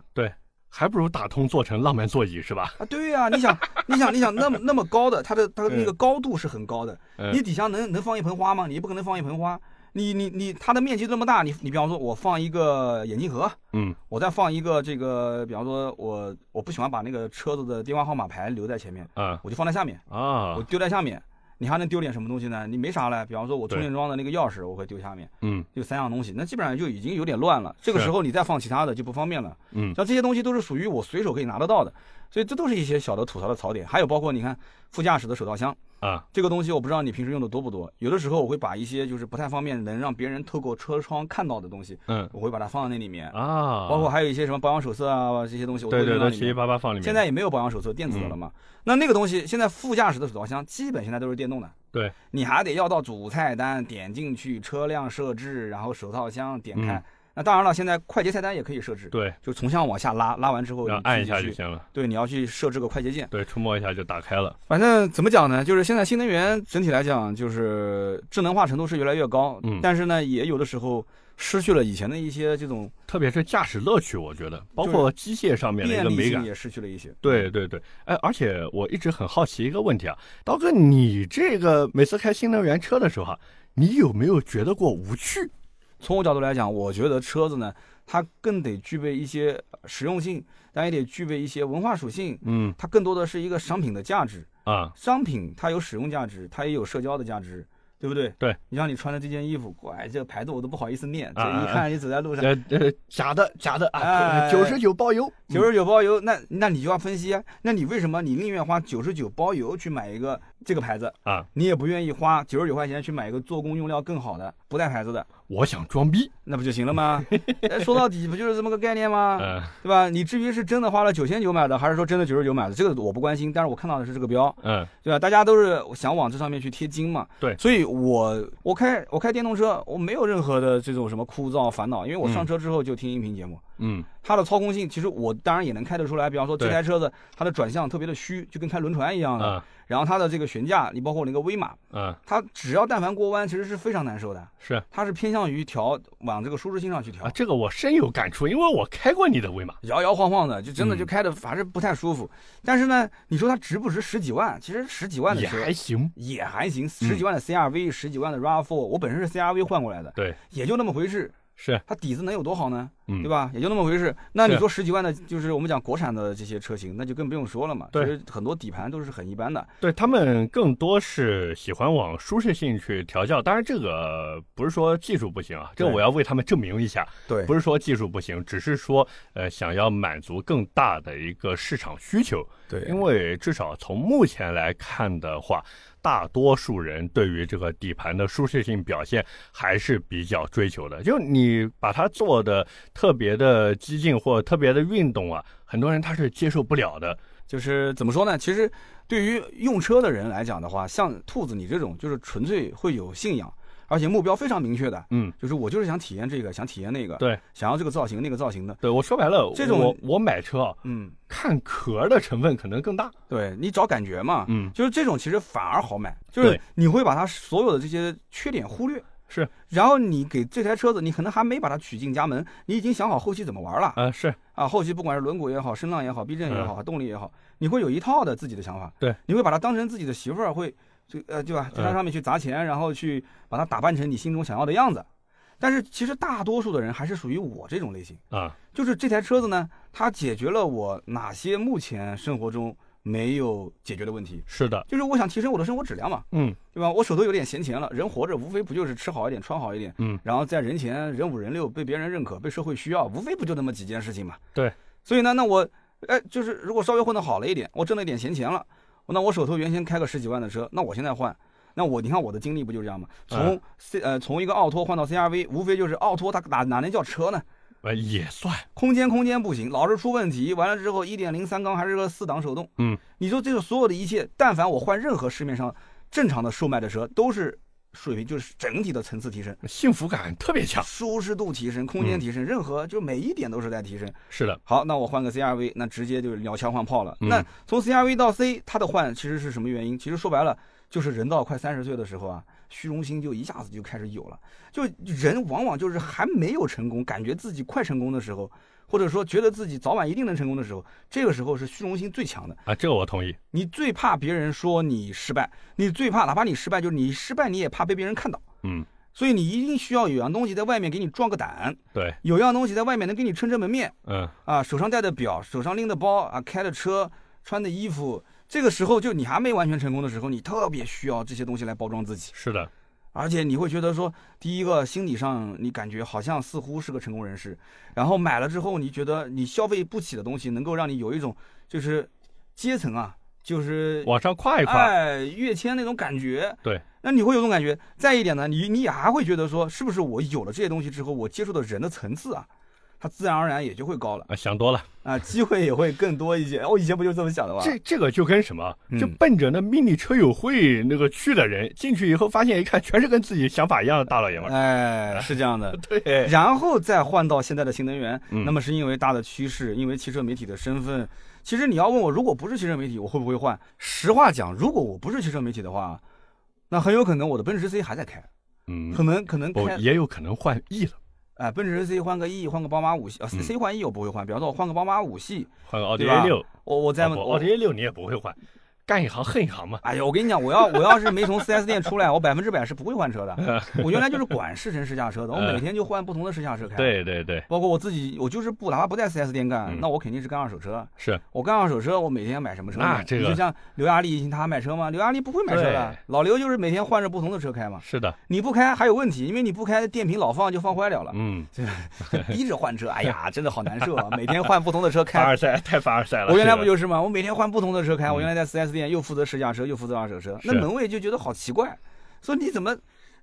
Speaker 2: 还不如打通做成浪漫座椅是吧？
Speaker 1: 对呀、你想，你想，你想，那么那么高的，它的它的那个高度是很高的，
Speaker 2: 嗯
Speaker 1: 你底下能能放一盆花吗？你也不可能放一盆花。你你你，它的面积这么大，你你比方说，我放一个眼镜盒，
Speaker 2: 嗯
Speaker 1: 我再放一个这个，比方说我我不喜欢把那个车子的电话号码牌留在前面，
Speaker 2: 啊
Speaker 1: 我就放在下面。
Speaker 2: 啊
Speaker 1: 我，丢在下面，你还能丢点什么东西呢？你没啥了，比方说我充
Speaker 2: 对
Speaker 1: 电桩的那个钥匙，我会丢下面，
Speaker 2: 嗯
Speaker 1: 就三样东西，那基本上就已经有点乱了。这个
Speaker 2: 是
Speaker 1: 时候你再放其他的就不方便了。
Speaker 2: 嗯
Speaker 1: 像这些东西都是属于我随手可以拿得到的，所以这都是一些小的吐槽的槽点。还有包括你看副驾驶的手套箱
Speaker 2: 啊，
Speaker 1: 这个东西，我不知道你平时用的多不多，有的时候我会把一些就是不太方便能让别人透过车窗看到的东西，
Speaker 2: 嗯
Speaker 1: 我会把它放在那里面。
Speaker 2: 啊，
Speaker 1: 包括还有一些什么保养手册啊这些东西，我都
Speaker 2: 对
Speaker 1: 会
Speaker 2: 对
Speaker 1: 扔到
Speaker 2: 对，
Speaker 1: 里
Speaker 2: 七
Speaker 1: 面
Speaker 2: 七。八八放里面。嗯
Speaker 1: 现在也没有保养手册，电子的了嘛。那那个东西，现在副驾驶的手套箱基本现在都是电动的。
Speaker 2: 对，
Speaker 1: 你还得要到主菜单点进去，车辆设置，然后手套箱点开。
Speaker 2: 嗯
Speaker 1: 那当然了，现在快捷菜单也可以设置，
Speaker 2: 对，
Speaker 1: 就从下往下拉，拉完之后
Speaker 2: 然
Speaker 1: 你
Speaker 2: 后按一下
Speaker 1: 自
Speaker 2: 就
Speaker 1: 己去。
Speaker 2: 行了。
Speaker 1: 对，你要去设置个快捷键。
Speaker 2: 对，触摸一下就打开了。
Speaker 1: 反正怎么讲呢，就是现在新能源整体来讲，就是智能化程度是越来越高，
Speaker 2: 嗯
Speaker 1: 但是呢，也有的时候失去了以前的一些这种
Speaker 2: 特别是驾驶乐趣，我觉得包括机械上面的一
Speaker 1: 便
Speaker 2: 个
Speaker 1: 利
Speaker 2: 美
Speaker 1: 性
Speaker 2: 感。
Speaker 1: 也失去了一些。
Speaker 2: 对对对，哎，而且我一直很好奇一个问题啊，刀哥，你这个每次开新能源车的时候啊，你有没有觉得过无趣？
Speaker 1: 从我角度来讲，我觉得车子呢，它更得具备一些实用性，但也得具备一些文化属性。
Speaker 2: 嗯
Speaker 1: 它更多的是一个商品的价值，
Speaker 2: 啊，
Speaker 1: 商品它有使用价值，它也有社交的价值，对不对？
Speaker 2: 对，
Speaker 1: 你像你穿的这件衣服，哎，这个牌子我都不好意思念，这
Speaker 2: 啊啊
Speaker 1: 一
Speaker 2: 啊
Speaker 1: 看你走在路上，
Speaker 2: 呃呃，假的假的啊，
Speaker 1: 哎
Speaker 2: 九十九包邮，
Speaker 1: 九十九包邮，那那你就要分析啊，那你为什么你宁愿花九十九包邮去买一个这个牌子
Speaker 2: 啊？
Speaker 1: 你也不愿意花九十九块钱去买一个做工用料更好的不带牌子的，
Speaker 2: 我想装逼。
Speaker 1: 那不就行了 吗？哎说到底不就是这么个概念吗？
Speaker 2: 嗯
Speaker 1: 对吧？你至于是真的花了九千九买的，还是说真的九十九买的，这个我不关心。但是我看到的是这个标，
Speaker 2: 嗯
Speaker 1: 对吧？大家都是想往这上面去贴金嘛。
Speaker 2: 对
Speaker 1: 所以我我开我开电动车，我没有任何的这种什么枯燥烦恼，因为我
Speaker 2: 嗯
Speaker 1: 上车之后就听音频节目。
Speaker 2: 嗯
Speaker 1: 它的操控性，其实我当然也能开得出来。比方说这
Speaker 2: 对
Speaker 1: 台车子，它的转向特别的虚，就跟开轮船一样的。
Speaker 2: 啊
Speaker 1: 然后它的这个悬架，你包括那个威马，
Speaker 2: 嗯，
Speaker 1: 它只要但凡过弯，其实是非常难受的。
Speaker 2: 是啊，
Speaker 1: 它是偏向于调往这个舒适性上去调。
Speaker 2: 这个我深有感触，因为我开过你的威马。
Speaker 1: 摇摇晃晃的，就真的就
Speaker 2: 嗯
Speaker 1: 开的反正不太舒服。但是呢，你说它值不值十几万？其实十几万的
Speaker 2: 也
Speaker 1: 车
Speaker 2: 还嗯行。
Speaker 1: 也还行，十几万的 CRV，、十几万的 RAV4，我本身是 CRV 换过来的，
Speaker 2: 对，
Speaker 1: 也就那么回事。
Speaker 2: 是，
Speaker 1: 它底子能有多好呢？
Speaker 2: 嗯，
Speaker 1: 对？吧？也就那么回事。那你
Speaker 2: 是
Speaker 1: 说十几万的，就是我们讲国产的这些车型，那就更不用说了嘛。
Speaker 2: 对
Speaker 1: 其实很多底盘都是很一般的。
Speaker 2: 对他们更多是喜欢往舒适性去调教，当然这个不是说技术不行啊，这个
Speaker 1: 对
Speaker 2: 我要为他们证明一下，
Speaker 1: 对
Speaker 2: 不是说技术不行，只是说呃想要满足更大的一个市场需求，
Speaker 1: 对
Speaker 2: 因为至少从目前来看的话，大多数人对于这个底盘的舒适性表现还是比较追求的。就你把它做的特别的激进或特别的运动啊，很多人他是接受不了的。
Speaker 1: 就是怎么说呢？其实对于用车的人来讲的话，像兔子你这种，就是纯粹会有信仰，而且目标非常明确的，
Speaker 2: 嗯，
Speaker 1: 就是我就是想体验这个，想体验那个，
Speaker 2: 对，
Speaker 1: 想要这个造型那个造型的，
Speaker 2: 对我说白了，
Speaker 1: 啊这种
Speaker 2: 我我买车啊，
Speaker 1: 嗯，
Speaker 2: 看壳的成分可能更大。
Speaker 1: 对你找感觉嘛，
Speaker 2: 嗯，
Speaker 1: 就是这种其实反而好买，就是
Speaker 2: 对
Speaker 1: 你会把它所有的这些缺点忽略，
Speaker 2: 是，
Speaker 1: 然后你给这台车子，你可能还没把它取进家门，你已经想好后期怎么玩了
Speaker 2: 啊、是
Speaker 1: 啊，后期不管是轮毂也好，声浪也好，避震也好，动力也好，你会有一套的自己的想法，
Speaker 2: 嗯对，
Speaker 1: 你会把它当成自己的媳妇儿，会就呃对吧，在它
Speaker 2: 嗯
Speaker 1: 上面去砸钱，然后去把它打扮成你心中想要的样子。但是其实大多数的人还是属于我这种类型，
Speaker 2: 啊，
Speaker 1: 就是这台车子呢，它解决了我哪些目前生活中没有解决的问题，
Speaker 2: 是的，
Speaker 1: 就是我想提升我的生活质量嘛，
Speaker 2: 嗯
Speaker 1: 对吧？我手头有点闲钱了，人活着无非不就是吃好一点、穿好一点，
Speaker 2: 嗯，
Speaker 1: 然后在人前人五人六被别人认可、被社会需要，无非不就那么几件事情嘛。
Speaker 2: 对，
Speaker 1: 所以呢，那我哎，就是如果稍微混得好了一点，我挣了一点闲钱了，那我手头原先开个十几万的车，那我现在换。那我你看我的经历不就是这样吗？从
Speaker 2: 嗯
Speaker 1: C 呃从一个奥拓换到 CRV，无非就是奥拓它哪哪能叫车呢？
Speaker 2: 呃也算，
Speaker 1: 空间空间不行，老是出问题。完了之后，一点零三缸还是个四档手动。
Speaker 2: 嗯，
Speaker 1: 你说这个所有的一切，但凡我换任何市面上正常的售卖的车，都是水平就是整体的层次提升，
Speaker 2: 幸福感特别强。
Speaker 1: 舒适度提升，空间
Speaker 2: 嗯
Speaker 1: 提升，任何就每一点都是在提升。
Speaker 2: 是的，
Speaker 1: 好，那我换个 CRV，那直接就是鸟枪换炮了。
Speaker 2: 嗯
Speaker 1: 那从 CRV 到 C，它的换其实是什么原因？其实说白了，就是人到快三十岁的时候啊，虚荣心就一下子就开始有了。就人往往就是还没有成功，感觉自己快成功的时候，或者说觉得自己早晚一定能成功的时候，这个时候是虚荣心最强的。
Speaker 2: 啊，这个我同意。
Speaker 1: 你最怕别人说你失败，你最怕哪怕你失败，就是你失败你也怕被别人看到。
Speaker 2: 嗯，
Speaker 1: 所以你一定需要有样东西在外面给你壮个胆，
Speaker 2: 对，
Speaker 1: 有样东西在外面能给你撑撑门面。
Speaker 2: 嗯，
Speaker 1: 啊，手上戴的表，手上拎的包啊，开的车，穿的衣服，这个时候就你还没完全成功的时候，你特别需要这些东西来包装自己，
Speaker 2: 是的，
Speaker 1: 而且你会觉得说，第一个心理上你感觉好像似乎是个成功人士，然后买了之后，你觉得你消费不起的东西，能够让你有一种就是阶层啊，就是
Speaker 2: 往上跨一跨，
Speaker 1: 哎，跃迁那种感觉。
Speaker 2: 对，
Speaker 1: 那你会有种感觉。再一点呢，你你也还会觉得说，是不是我有了这些东西之后，我接触的人的层次啊，它自然而然也就会高了。
Speaker 2: 啊，想多了。
Speaker 1: 啊，机会也会更多一些。哦我以前不就这么想的吗？
Speaker 2: 这这个就跟什么，
Speaker 1: 嗯
Speaker 2: 就奔着那 mini 车友会那个去的人，进去以后发现一看，全是跟自己想法一样的大老爷们儿。
Speaker 1: 哎，是这样的。
Speaker 2: 对，
Speaker 1: 然后再换到现在的新能源，
Speaker 2: 嗯
Speaker 1: 那么是因为大的趋势，因为汽车媒体的身份。其实你要问我，如果不是汽车媒体，我会不会换？实话讲，如果我不是汽车媒体的话，那很有可能我的奔驰 C 还在开，
Speaker 2: 嗯
Speaker 1: 可，能可能
Speaker 2: 不
Speaker 1: 开，
Speaker 2: 也有可能换 E 了，
Speaker 1: 哎，奔驰 C 换个 E，换个宝马五系，呃、c
Speaker 2: 嗯
Speaker 1: 换 E 我不会换，比方说我换个宝马五系，
Speaker 2: 换个奥迪
Speaker 1: 对吧
Speaker 2: A 六，
Speaker 1: 我我再
Speaker 2: 啊
Speaker 1: 问
Speaker 2: 不
Speaker 1: 我
Speaker 2: 奥迪 A 六你也不会换，干一行恨一行嘛。
Speaker 1: 哎呀，我跟你讲，我要我要是没从 4S 店出来，我百分之百是不会换车的。
Speaker 2: 嗯
Speaker 1: 我原来就是管试乘试驾车的，我每天就换不同的试驾车开。，
Speaker 2: 对嗯对对，
Speaker 1: 包括我自己，我就是不哪怕不在 4S 店干，那我肯定是干二手车。
Speaker 2: 是
Speaker 1: 我干二手车，我每天买什么车呢？
Speaker 2: 那这个
Speaker 1: 你就像刘亚丽，他买车吗？刘亚丽不会买车的
Speaker 2: 对，
Speaker 1: 老刘就是每天换着不同的车开嘛。
Speaker 2: 是的，
Speaker 1: 你不开还有问题，因为你不开电瓶老放就放坏掉了，
Speaker 2: 嗯，
Speaker 1: 逼着换车，哎呀，真的好难受 啊！每天换不同的车
Speaker 2: 凡
Speaker 1: 开，
Speaker 2: 尔赛太凡尔赛了。
Speaker 1: 我原来
Speaker 2: 这
Speaker 1: 不
Speaker 2: 个
Speaker 1: 就是吗？我每天换不同的车开，我
Speaker 2: 嗯
Speaker 1: 原来在 4S 店又负责试驾车，又负责二手车，那
Speaker 2: 是
Speaker 1: 门卫就觉得好奇怪，说你怎么？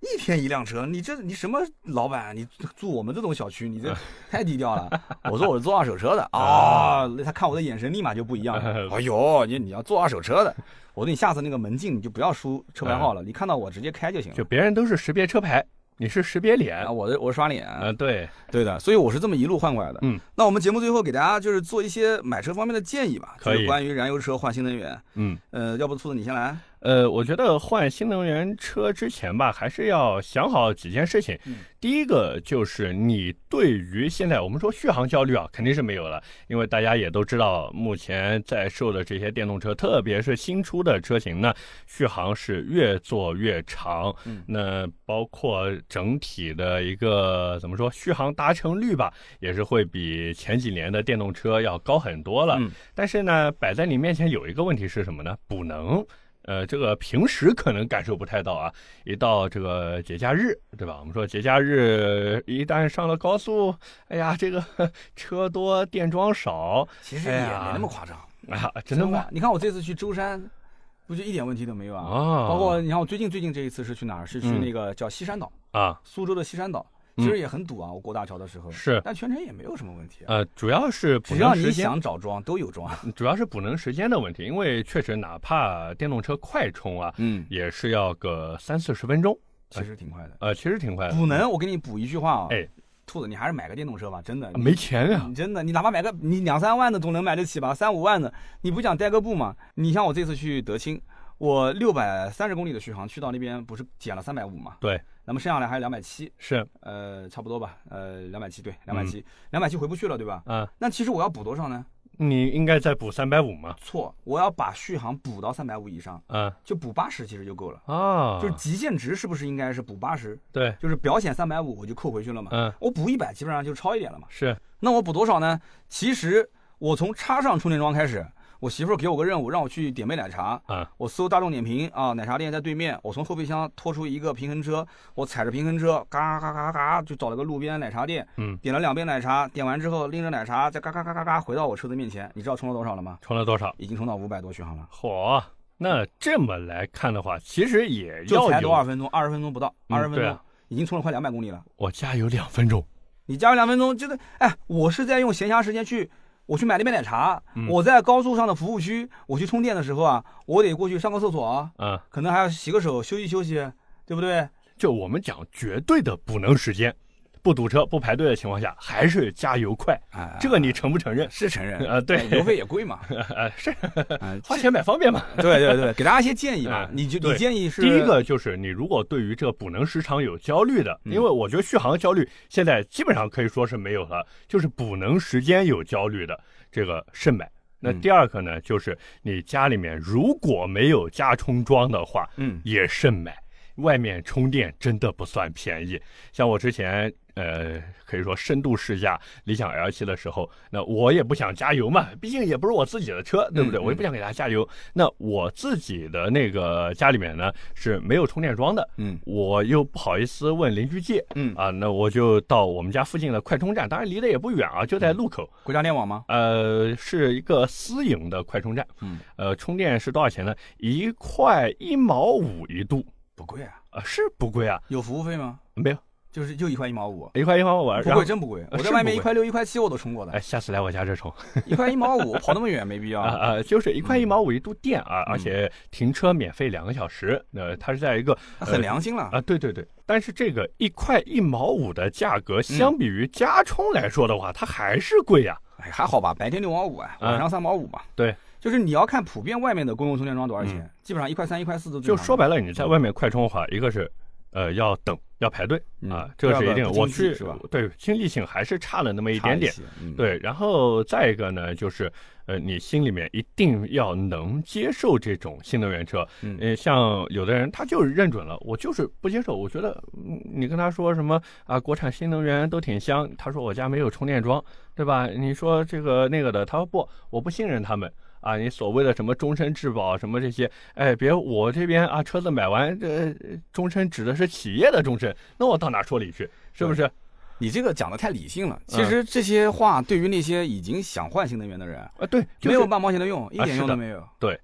Speaker 1: 一天一辆车，你这你什么老板啊？你住我们这种小区，
Speaker 2: 嗯
Speaker 1: 你这太低调 了。我说我是做二手车的啊、
Speaker 2: 啊
Speaker 1: 他看我的眼神立马就不一样
Speaker 2: 嗯
Speaker 1: 了。哎呦，你你要做二手车 的，我说你下次那个门禁你就不要输车牌号了，你看到我直接开就行了
Speaker 2: 嗯就。别人都是识别车牌，你是识别脸
Speaker 1: 啊，。我的我刷脸，
Speaker 2: 啊，对，
Speaker 1: 对的，所以我是这么一路换过来的。
Speaker 2: 嗯，
Speaker 1: 那我们节目最后给大家就是做一些买车方面的建议吧，就
Speaker 2: 可以
Speaker 1: 是关于燃油车换新能源。
Speaker 2: 嗯，
Speaker 1: 呃，要不兔子你先来？
Speaker 2: 呃，我觉得换新能源车之前吧，还是要想好几件事情。
Speaker 1: 嗯
Speaker 2: 第一个就是你对于现在我们说续航焦虑啊，肯定是没有了，因为大家也都知道，目前在售的这些电动车，特别是新出的车型呢，续航是越做越长。
Speaker 1: 嗯
Speaker 2: 那包括整体的一个怎么说，续航达成率吧，也是会比前几年的电动车要高很多了。
Speaker 1: 嗯
Speaker 2: 但是呢，摆在你面前有一个问题是什么呢？补能。呃，这个平时可能感受不太到啊，一到这个节假日，对吧？我们说节假日一旦上了高速，哎呀，这个呵车多电桩少
Speaker 1: 其实
Speaker 2: 哎
Speaker 1: 也
Speaker 2: 呀
Speaker 1: 没那么夸张，
Speaker 2: 啊，真的吗？
Speaker 1: 你看我这次去舟山，不就一点问题都没有啊？
Speaker 2: 啊，
Speaker 1: 包括你看我最近最近这一次是去哪儿？是去
Speaker 2: 嗯
Speaker 1: 那个叫西山岛，
Speaker 2: 啊，
Speaker 1: 苏州的西山岛，其实也很堵啊。我过大桥的时候，
Speaker 2: 是
Speaker 1: 但全程也没有什么问题啊。
Speaker 2: 呃，主要是补
Speaker 1: 只要
Speaker 2: 能
Speaker 1: 你
Speaker 2: 时间，
Speaker 1: 想找桩都有桩。
Speaker 2: 主要是补能时间的问题，因为确实哪怕电动车快充啊，
Speaker 1: 嗯，
Speaker 2: 也是要个三四十分钟，
Speaker 1: 其实挺快的。
Speaker 2: 呃，其实挺快的。
Speaker 1: 补能，我给你补一句话啊，
Speaker 2: 哎，
Speaker 1: 兔子，你还是买个电动车吧，真的。
Speaker 2: 啊没钱呀、
Speaker 1: 你真的，你哪怕买个你两三万的总能买得起吧，三五万的，你不想代个步吗？你像我这次去德清，我六百三十公里的续航，去到那边不是减了三百五嘛？
Speaker 2: 对，
Speaker 1: 那么剩下来还有两百七，
Speaker 2: 是嗯
Speaker 1: 呃，差不多吧，呃，两百七，对，两百七，两百七回不去了，对吧？
Speaker 2: 啊，
Speaker 1: 那其实我要补多少呢？
Speaker 2: 你应该再补三百五嘛？
Speaker 1: 错，我要把续航补到三百五以上，
Speaker 2: 嗯
Speaker 1: 就补八十其实就够了。
Speaker 2: 啊，
Speaker 1: 就是极限值是不是应该是补八十？
Speaker 2: 对，
Speaker 1: 就是表显三百五我就扣回去了嘛。
Speaker 2: 嗯，
Speaker 1: 我补一百基本上就超一点了嘛。
Speaker 2: 是，
Speaker 1: 那我补多少呢？其实我从插上充电桩开始，我媳妇儿给我个任务，让我去点杯奶茶。
Speaker 2: 啊，
Speaker 1: 我搜大众点评啊，奶茶店在对面。我从后备箱拖出一个平衡车，我踩着平衡车，嘎嘎嘎嘎，就找了个路边奶茶店，
Speaker 2: 嗯，
Speaker 1: 点了两杯奶茶。点完之后，拎着奶茶，再嘎嘎嘎嘎嘎回到我车子面前。你知道充了多少了吗？
Speaker 2: 充了多少？
Speaker 1: 已经充到五百多续航了，
Speaker 2: 嚯，那这么来看的话，其实也
Speaker 1: 就
Speaker 2: 要
Speaker 1: 才多少
Speaker 2: 有
Speaker 1: 分钟？二十分钟不到，
Speaker 2: 嗯
Speaker 1: 二十分
Speaker 2: 对
Speaker 1: 钟、
Speaker 2: 啊
Speaker 1: 已经充了快两百公里了。
Speaker 2: 我家有两分钟，
Speaker 1: 你加个两分钟，就是哎，我是在用闲暇时间去，我去买了一杯奶茶，我在高速上的服务区，我去充电的时候啊，我得过去上个厕所啊，
Speaker 2: 嗯，
Speaker 1: 可能还要洗个手，休息休息，对不对？
Speaker 2: 就我们讲绝对的补能时间，不堵车、不排队的情况下，还是加油快，
Speaker 1: 哎
Speaker 2: 这个你承不啊承认？
Speaker 1: 是承认
Speaker 2: 啊对
Speaker 1: 哎油费也贵 嘛，
Speaker 2: 呃，是
Speaker 1: 哎
Speaker 2: 花钱买方便嘛。
Speaker 1: 对对对，给大家一些建议吧
Speaker 2: 哎。
Speaker 1: 你就
Speaker 2: 对
Speaker 1: 你建议是
Speaker 2: 第一个就是你如果对于这补能时长有焦虑的，因为我觉得续航焦虑现在基本上可以说是没有了，就是补能时间有焦虑的，这个慎买。那第二个呢，就是你家里面如果没有加充桩的话，
Speaker 1: 嗯
Speaker 2: 也慎买。外面充电真的不算便宜，像我之前呃可以说深度试驾理想 L 7的时候，那我也不想加油嘛，毕竟也不是我自己的车，对不对？
Speaker 1: 嗯嗯
Speaker 2: 我也不想给它加油。那我自己的那个家里面呢是没有充电桩的，
Speaker 1: 嗯
Speaker 2: 我又不好意思问邻居借，
Speaker 1: 嗯
Speaker 2: 啊，那我就到我们家附近的快充站，当然离得也不远啊，就在
Speaker 1: 嗯
Speaker 2: 路口。
Speaker 1: 国家电网吗？
Speaker 2: 呃，是一个私营的快充站，
Speaker 1: 嗯，
Speaker 2: 呃，充电是多少钱呢？一块一毛五一度，
Speaker 1: 不贵啊，
Speaker 2: 啊，是不贵啊，
Speaker 1: 有服务费吗？
Speaker 2: 没有
Speaker 1: 就是就一块一毛五，
Speaker 2: 一块一毛五，啊然
Speaker 1: 不
Speaker 2: 后
Speaker 1: 贵真不贵。
Speaker 2: 呃
Speaker 1: 我
Speaker 2: 是
Speaker 1: 在外
Speaker 2: 不
Speaker 1: 面一
Speaker 2: 贵
Speaker 1: 块六、一块七我都充过
Speaker 2: 哎，
Speaker 1: 的，
Speaker 2: 下次来我家这充
Speaker 1: 一块一毛五，我跑那么远没必要。
Speaker 2: 啊啊，就是一
Speaker 1: 嗯
Speaker 2: 块一毛五一度电啊，而且停车免费两个小时，那它是在一个
Speaker 1: 那很良心了。
Speaker 2: 啊，对对对，但是这个一块一毛五的价
Speaker 1: 嗯
Speaker 2: 格，相比于加充来说的话，它还是贵呀。
Speaker 1: 哎，还好吧，白天六毛五啊，
Speaker 2: 嗯
Speaker 1: 晚上三毛五嘛。
Speaker 2: 对，嗯
Speaker 1: 就是你要看普遍外面的公用充电桩多少钱，基本上一块三、一块四都最
Speaker 2: 就
Speaker 1: 常
Speaker 2: 说白了，你
Speaker 1: 嗯
Speaker 2: 在外面快充的话，一个是，呃，要等，要排队
Speaker 1: 嗯
Speaker 2: 啊，这个是一定
Speaker 1: 第
Speaker 2: 的。
Speaker 1: 二个
Speaker 2: 我
Speaker 1: 不经济
Speaker 2: 去
Speaker 1: 是吧，
Speaker 2: 对，经济性还是差了那么一
Speaker 1: 差
Speaker 2: 点点。
Speaker 1: 些。嗯，
Speaker 2: 对，然后再一个呢，就是呃，你心里面一定要能接受这种新能源车。
Speaker 1: 嗯
Speaker 2: 呃，像有的人他就是认准了，我就是不接受。我觉得嗯你跟他说什么啊，国产新能源都挺香，他说我家没有充电桩，对吧？你说这个那个的，他说不，我不信任他们。啊，你所谓的什么终身质保什么这些，哎，别我这边啊，车子买完这、呃终身指的是企业的终身，那我到哪说理去？是不是？
Speaker 1: 你这个讲的太理性了。
Speaker 2: 嗯
Speaker 1: 其实这些话对于那些已经想换新能源的人，
Speaker 2: 啊，对，就
Speaker 1: 没有
Speaker 2: 是啊
Speaker 1: 半毛钱的用，一点
Speaker 2: 是
Speaker 1: 用
Speaker 2: 的
Speaker 1: 都没有。
Speaker 2: 对。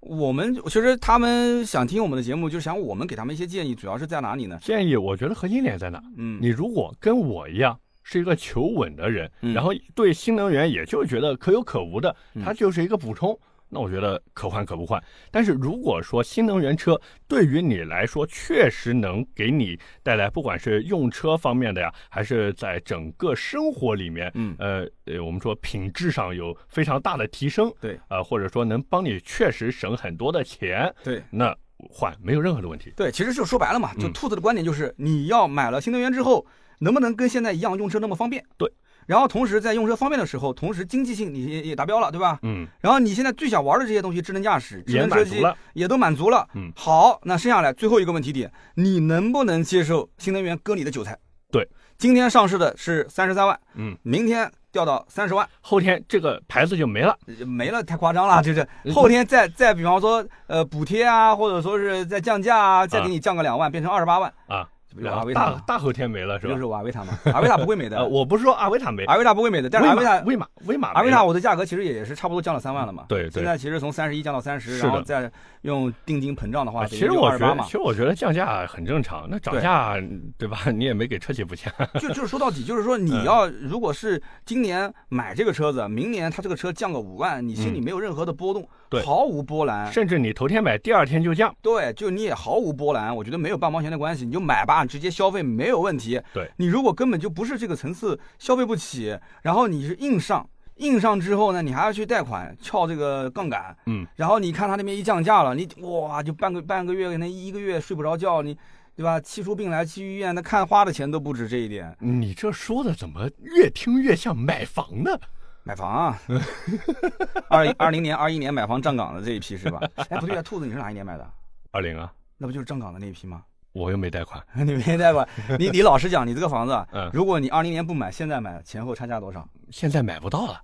Speaker 1: 我们其实他们想听我们的节目，就是想我们给他们一些建议，主要是在哪里呢？
Speaker 2: 建议，我觉得核心点在哪？
Speaker 1: 嗯，
Speaker 2: 你如果跟我一样是一个求稳的人，
Speaker 1: 嗯
Speaker 2: 然后对新能源也就觉得可有可无的，
Speaker 1: 嗯
Speaker 2: 它就是一个补充。那我觉得可换可不换，但是如果说新能源车对于你来说确实能给你带来，不管是用车方面的呀，还是在整个生活里面，
Speaker 1: 嗯
Speaker 2: 呃呃，我们说品质上有非常大的提升，
Speaker 1: 对
Speaker 2: 啊、或者说能帮你确实省很多的钱，
Speaker 1: 对
Speaker 2: 那换没有任何的问题。
Speaker 1: 对，其实就说白了嘛，就
Speaker 2: 嗯
Speaker 1: 兔子的观点就是，你要买了新能源之后，能不能跟现在一样用车那么方便？
Speaker 2: 对。
Speaker 1: 然后同时在用车方便的时候，同时经济性你也也达标了，对吧？
Speaker 2: 嗯，
Speaker 1: 然后你现在最想玩的这些东西，智能驾驶、智
Speaker 2: 也
Speaker 1: 能车
Speaker 2: 满足
Speaker 1: 机
Speaker 2: 了。
Speaker 1: 也都满足了。
Speaker 2: 嗯
Speaker 1: 好，那剩下来最后一个问题点，你能不能接受新能源割你的韭菜？
Speaker 2: 对，
Speaker 1: 今天上市的是三十三万，
Speaker 2: 嗯，
Speaker 1: 明天掉到三十万，
Speaker 2: 后天这个牌子就没了。
Speaker 1: 呃没了太夸张
Speaker 2: 嗯
Speaker 1: 了，就是后天再再比方说呃补贴啊，或者说是再降价啊，再给你降个两万，变成二十八万
Speaker 2: 啊，
Speaker 1: 这不就
Speaker 2: 然
Speaker 1: 瓦
Speaker 2: 后
Speaker 1: 维塔
Speaker 2: 大
Speaker 1: 吗？
Speaker 2: 大后天没了是
Speaker 1: 这就
Speaker 2: 吧
Speaker 1: 是？瓦维塔嘛， 瓦维塔不会美的
Speaker 2: 呃，，我不是说阿维塔没，
Speaker 1: 瓦维塔不会美的，但是
Speaker 2: 威
Speaker 1: 瓦
Speaker 2: 马
Speaker 1: 维塔
Speaker 2: 威马威马
Speaker 1: 阿维
Speaker 2: 没
Speaker 1: 塔
Speaker 2: 了
Speaker 1: 我的价格其实也是差不多降了三万了嘛。
Speaker 2: 对对
Speaker 1: 现在其实从三十一降到三
Speaker 2: 是
Speaker 1: 十，
Speaker 2: 的
Speaker 1: 然后再用定金膨胀的话，
Speaker 2: 啊其实我
Speaker 1: 二
Speaker 2: 觉
Speaker 1: 十八
Speaker 2: 得，
Speaker 1: 嘛
Speaker 2: 其。实我觉得降价很正常。那涨
Speaker 1: 对
Speaker 2: 价对吧？ 你也没给车企补钱。
Speaker 1: 就就是说到底，就是说
Speaker 2: 嗯
Speaker 1: 你要如果是今年买这个车子，明年它这个车降个五万，你心里没有任何的波动，
Speaker 2: 嗯对
Speaker 1: 毫无波澜。
Speaker 2: 甚至你头天买，第二天就降。
Speaker 1: 对，就你也毫无波澜，我觉得没有半毛钱的关系，你就买吧，直接消费没有问题。
Speaker 2: 对
Speaker 1: 你如果根本就不是这个层次，消费不起，然后你是硬上，硬上之后呢，你还要去贷款撬这个杠杆，
Speaker 2: 嗯，
Speaker 1: 然后你看他那边一降价了，你哇，就半个半个月，可能一个月睡不着觉，你对吧？气出病来，去医院，那看花的钱都不止这一点。
Speaker 2: 你这说的怎么越听越像买房呢？
Speaker 1: 买房 啊，二二零年、二一年买房站岗的这一批是吧？哎，不对啊，兔子你是哪一年买的？
Speaker 2: 二零啊，
Speaker 1: 那不就是站岗的那一批吗？
Speaker 2: 我又没贷款，
Speaker 1: 你没贷 款，你你老实讲，你这个房子啊，
Speaker 2: 嗯
Speaker 1: 如果你二零年不买，现在买，前后差价多少？
Speaker 2: 现在买不到了，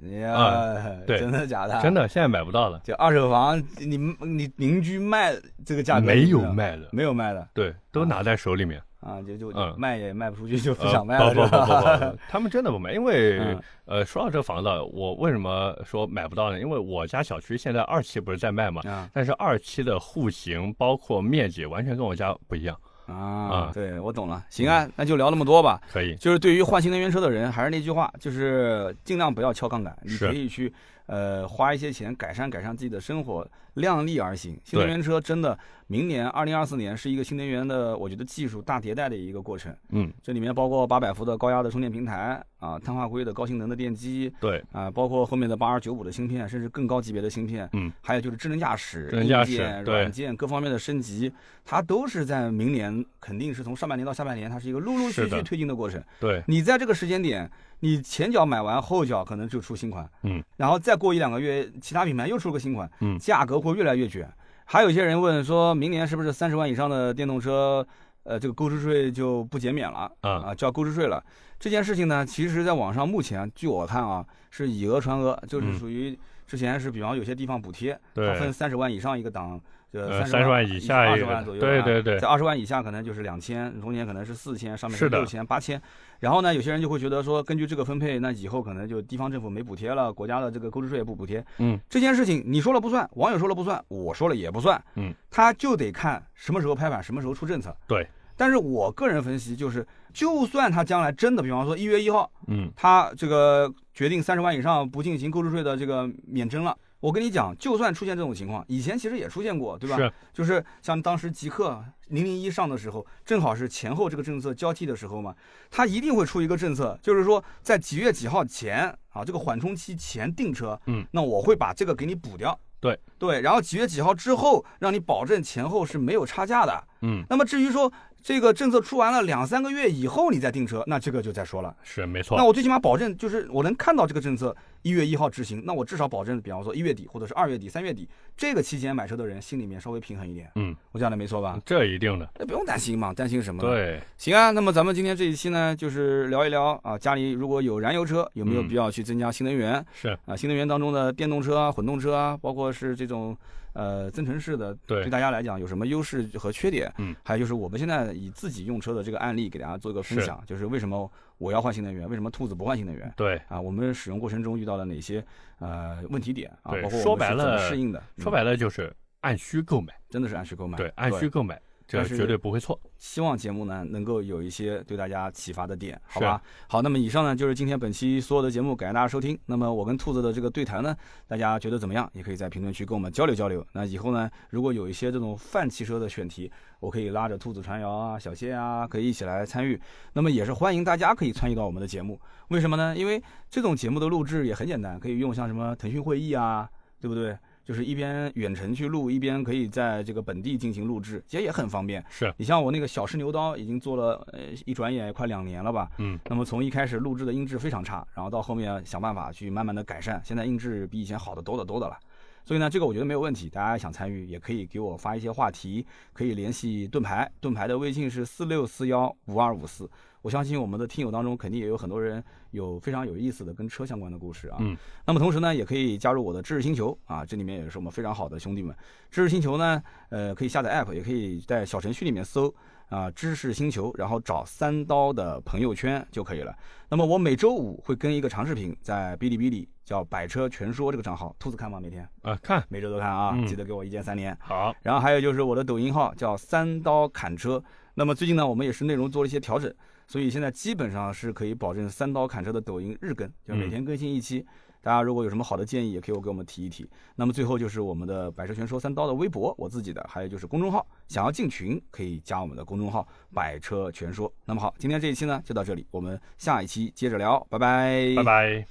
Speaker 1: 你
Speaker 2: 啊对
Speaker 1: 真的假的？
Speaker 2: 真
Speaker 1: 的。
Speaker 2: 的现在买不到了，
Speaker 1: 就二手房，你你邻居卖这个价格
Speaker 2: 没有
Speaker 1: 怎么样，嗯
Speaker 2: 卖的，
Speaker 1: 没有卖的
Speaker 2: 对，都拿在手里面。
Speaker 1: 啊，就就
Speaker 2: 嗯
Speaker 1: 卖也卖不出去，就不
Speaker 2: 呃
Speaker 1: 想卖了，
Speaker 2: 不不
Speaker 1: 是吧
Speaker 2: 不不不，呃他们真的不买，因为、
Speaker 1: 嗯
Speaker 2: 呃，说到这个房子，我为什么说买不到呢？因为我家小区现在二期不是在卖嘛，
Speaker 1: 啊
Speaker 2: 但是二期的户型包括面积完全跟我家不一样，嗯
Speaker 1: 啊！对，我懂了。行啊，那就聊那么多吧。
Speaker 2: 可以，
Speaker 1: 就是对于换新能源车的人，还是那句话，就是尽量不要敲杠杆，你
Speaker 2: 是
Speaker 1: 可以去呃花一些钱改善改善自己的生活，量力而行。新能源车真的，明年二零二四年是一个新能源的，我觉得技术大迭代的一个过程。
Speaker 2: 嗯，
Speaker 1: 这里面包括八百伏的高压的充电平台啊，碳化硅的高性能的电机
Speaker 2: 对，
Speaker 1: 啊，包括后面的八二九五的芯片，甚至更高级别的芯片。
Speaker 2: 嗯，
Speaker 1: 还有就是智能驾驶、
Speaker 2: 智能驾驶
Speaker 1: 硬件、
Speaker 2: 对
Speaker 1: 软件各方面的升级，它都是在明年肯定是从上半年到下半年，它是一个陆陆续
Speaker 2: 是
Speaker 1: 续
Speaker 2: 的
Speaker 1: 推进的过程。
Speaker 2: 对，
Speaker 1: 你在这个时间点，你前脚买完，后脚可能就出新款，
Speaker 2: 嗯，
Speaker 1: 然后再过一两个月，其他品牌又出个新款，
Speaker 2: 嗯
Speaker 1: 价格会越来越卷。还有一些人问说，明年是不是三十万以上的电动车，呃，这个购置税就不减免了
Speaker 2: 啊
Speaker 1: 啊，就要购置税了。这件事情呢，其实在网上目前据我看啊，是以讹传讹，就是
Speaker 2: 嗯
Speaker 1: 属于之前是比方有些地方补贴，
Speaker 2: 对
Speaker 1: 它分三十万以上一个档，呃，
Speaker 2: 呃，
Speaker 1: 三
Speaker 2: 三
Speaker 1: 十
Speaker 2: 十万以下
Speaker 1: 二
Speaker 2: 一
Speaker 1: 十
Speaker 2: 个
Speaker 1: 万左，右，啊
Speaker 2: 对对对
Speaker 1: 在，二十万以下可能就是两千，中间可能是四千，上面
Speaker 2: 是的
Speaker 1: 六千、八千。然后呢，有些人就会觉得说，根据这个分配，那以后可能就地方政府没补贴了，国家的这个购置税也不补贴。
Speaker 2: 嗯，
Speaker 1: 这件事情你说了不算，网友说了不算，我说了也不算。
Speaker 2: 嗯，
Speaker 1: 他就得看什么时候拍板，什么时候出政策。
Speaker 2: 对。
Speaker 1: 但是我个人分析就是，就算他将来真的，比方说一月一号，
Speaker 2: 嗯，
Speaker 1: 他这个决定三十万以上不进行购置税的这个免征了。我跟你讲，就算出现这种情况，以前其实也出现过，对吧？
Speaker 2: 是，
Speaker 1: 就是像当时极客零零一上的时候，正好是前后这个政策交替的时候嘛，它一定会出一个政策，就是说在几月几号前啊，这个缓冲期前订车，
Speaker 2: 嗯，
Speaker 1: 那我会把这个给你补掉。
Speaker 2: 对
Speaker 1: 对，然后几月几号之后，让你保证前后是没有差价的。
Speaker 2: 嗯，
Speaker 1: 那么至于说这个政策出完了两三个月以后你再订车，那这个就再说了。
Speaker 2: 是没错
Speaker 1: 那，我最起码保证就是我能看到这个政策一月一号执行，那我至少保证，比方说一月底或者是二月底、三月底这个期间买车的人心里面稍微平衡一点。
Speaker 2: 嗯，
Speaker 1: 我讲的没错吧？
Speaker 2: 这一定的，
Speaker 1: 那不用担心嘛，担心什么？，
Speaker 2: 对，
Speaker 1: 行啊。那么咱们今天这一期呢，就是聊一聊啊，家里如果有燃油车，有没有
Speaker 2: 嗯
Speaker 1: 必要去增加新能源、
Speaker 2: 是
Speaker 1: 啊？新能源当中的电动车啊、混动车啊，包括是这种呃增程式的，
Speaker 2: 对
Speaker 1: 对大家来讲有什么优势和缺点？
Speaker 2: 嗯，
Speaker 1: 还有就是我们现在以自己用车的这个案例给大家做一个分
Speaker 2: 是
Speaker 1: 享，就是为什么我要换新能源，为什么兔子不换新能源？
Speaker 2: 对。
Speaker 1: 啊，我们使用过程中遇到了哪些呃问题点啊？
Speaker 2: 对
Speaker 1: 包括我
Speaker 2: 说
Speaker 1: 们
Speaker 2: 白
Speaker 1: 是怎么
Speaker 2: 了
Speaker 1: 适应的，
Speaker 2: 说
Speaker 1: 嗯
Speaker 2: 白了就是按需购买，
Speaker 1: 真的是按需购买，
Speaker 2: 对，按需购买，这
Speaker 1: 但是
Speaker 2: 绝对不会错。
Speaker 1: 希望节目呢能够有一些对大家启发的点，好吧？好，那么以上呢就是今天本期所有的节目，感谢大家收听。那么我跟兔子的这个对谈呢，大家觉得怎么样？也可以在评论区跟我们交流交流。那以后呢，如果有一些这种泛汽车的选题，我可以拉着兔子传谣啊、小谢啊，可以一起来参与。那么也是欢迎大家可以参与到我们的节目，为什么呢？因为这种节目的录制也很简单，可以用像什么腾讯会议啊，对不对？就是一边远程去录，一边可以在这个本地进行录制，其实也很方便。
Speaker 2: 是
Speaker 1: 你像我那个小试牛刀，已经做了呃一转眼也快两年了吧。
Speaker 2: 嗯，
Speaker 1: 那么从一开始录制的音质非常差，然后到后面想办法去慢慢的改善，现在音质比以前好的多的多的了。所以呢，这个我觉得没有问题，大家想参与也可以给我发一些话题，可以联系盾牌，盾牌的微信是四六四幺五二五四。我相信我们的听友当中肯定也有很多人有非常有意思的跟车相关的故事啊。
Speaker 2: 嗯，
Speaker 1: 那么同时呢，也可以加入我的知识星球啊，这里面也是我们非常好的兄弟们。知识星球呢，呃，可以下载 app，也可以在小程序里面搜啊“知识星球”，然后找三刀的朋友圈就可以了。那么我每周五会跟一个长视频在哔哩哔哩叫“百车全说”这个账号，兔子看吗？每天
Speaker 2: 啊，看
Speaker 1: 每周都看啊，
Speaker 2: 嗯
Speaker 1: 记得给我一键三连。
Speaker 2: 好，
Speaker 1: 然后还有就是我的抖音号叫三刀砍车。那么最近呢，我们也是内容做了一些调整，所以现在基本上是可以保证三刀砍车的抖音日更，就是每
Speaker 2: 嗯
Speaker 1: 天更新一期。大家如果有什么好的建议，也可以给我们提一提。那么最后就是我们的百车全说三刀的微博，我自己的，还有就是公众号，想要进群可以加我们的公众号百车全说。那么好，今天这一期呢就到这里，我们下一期接着聊，拜拜，
Speaker 2: 拜拜。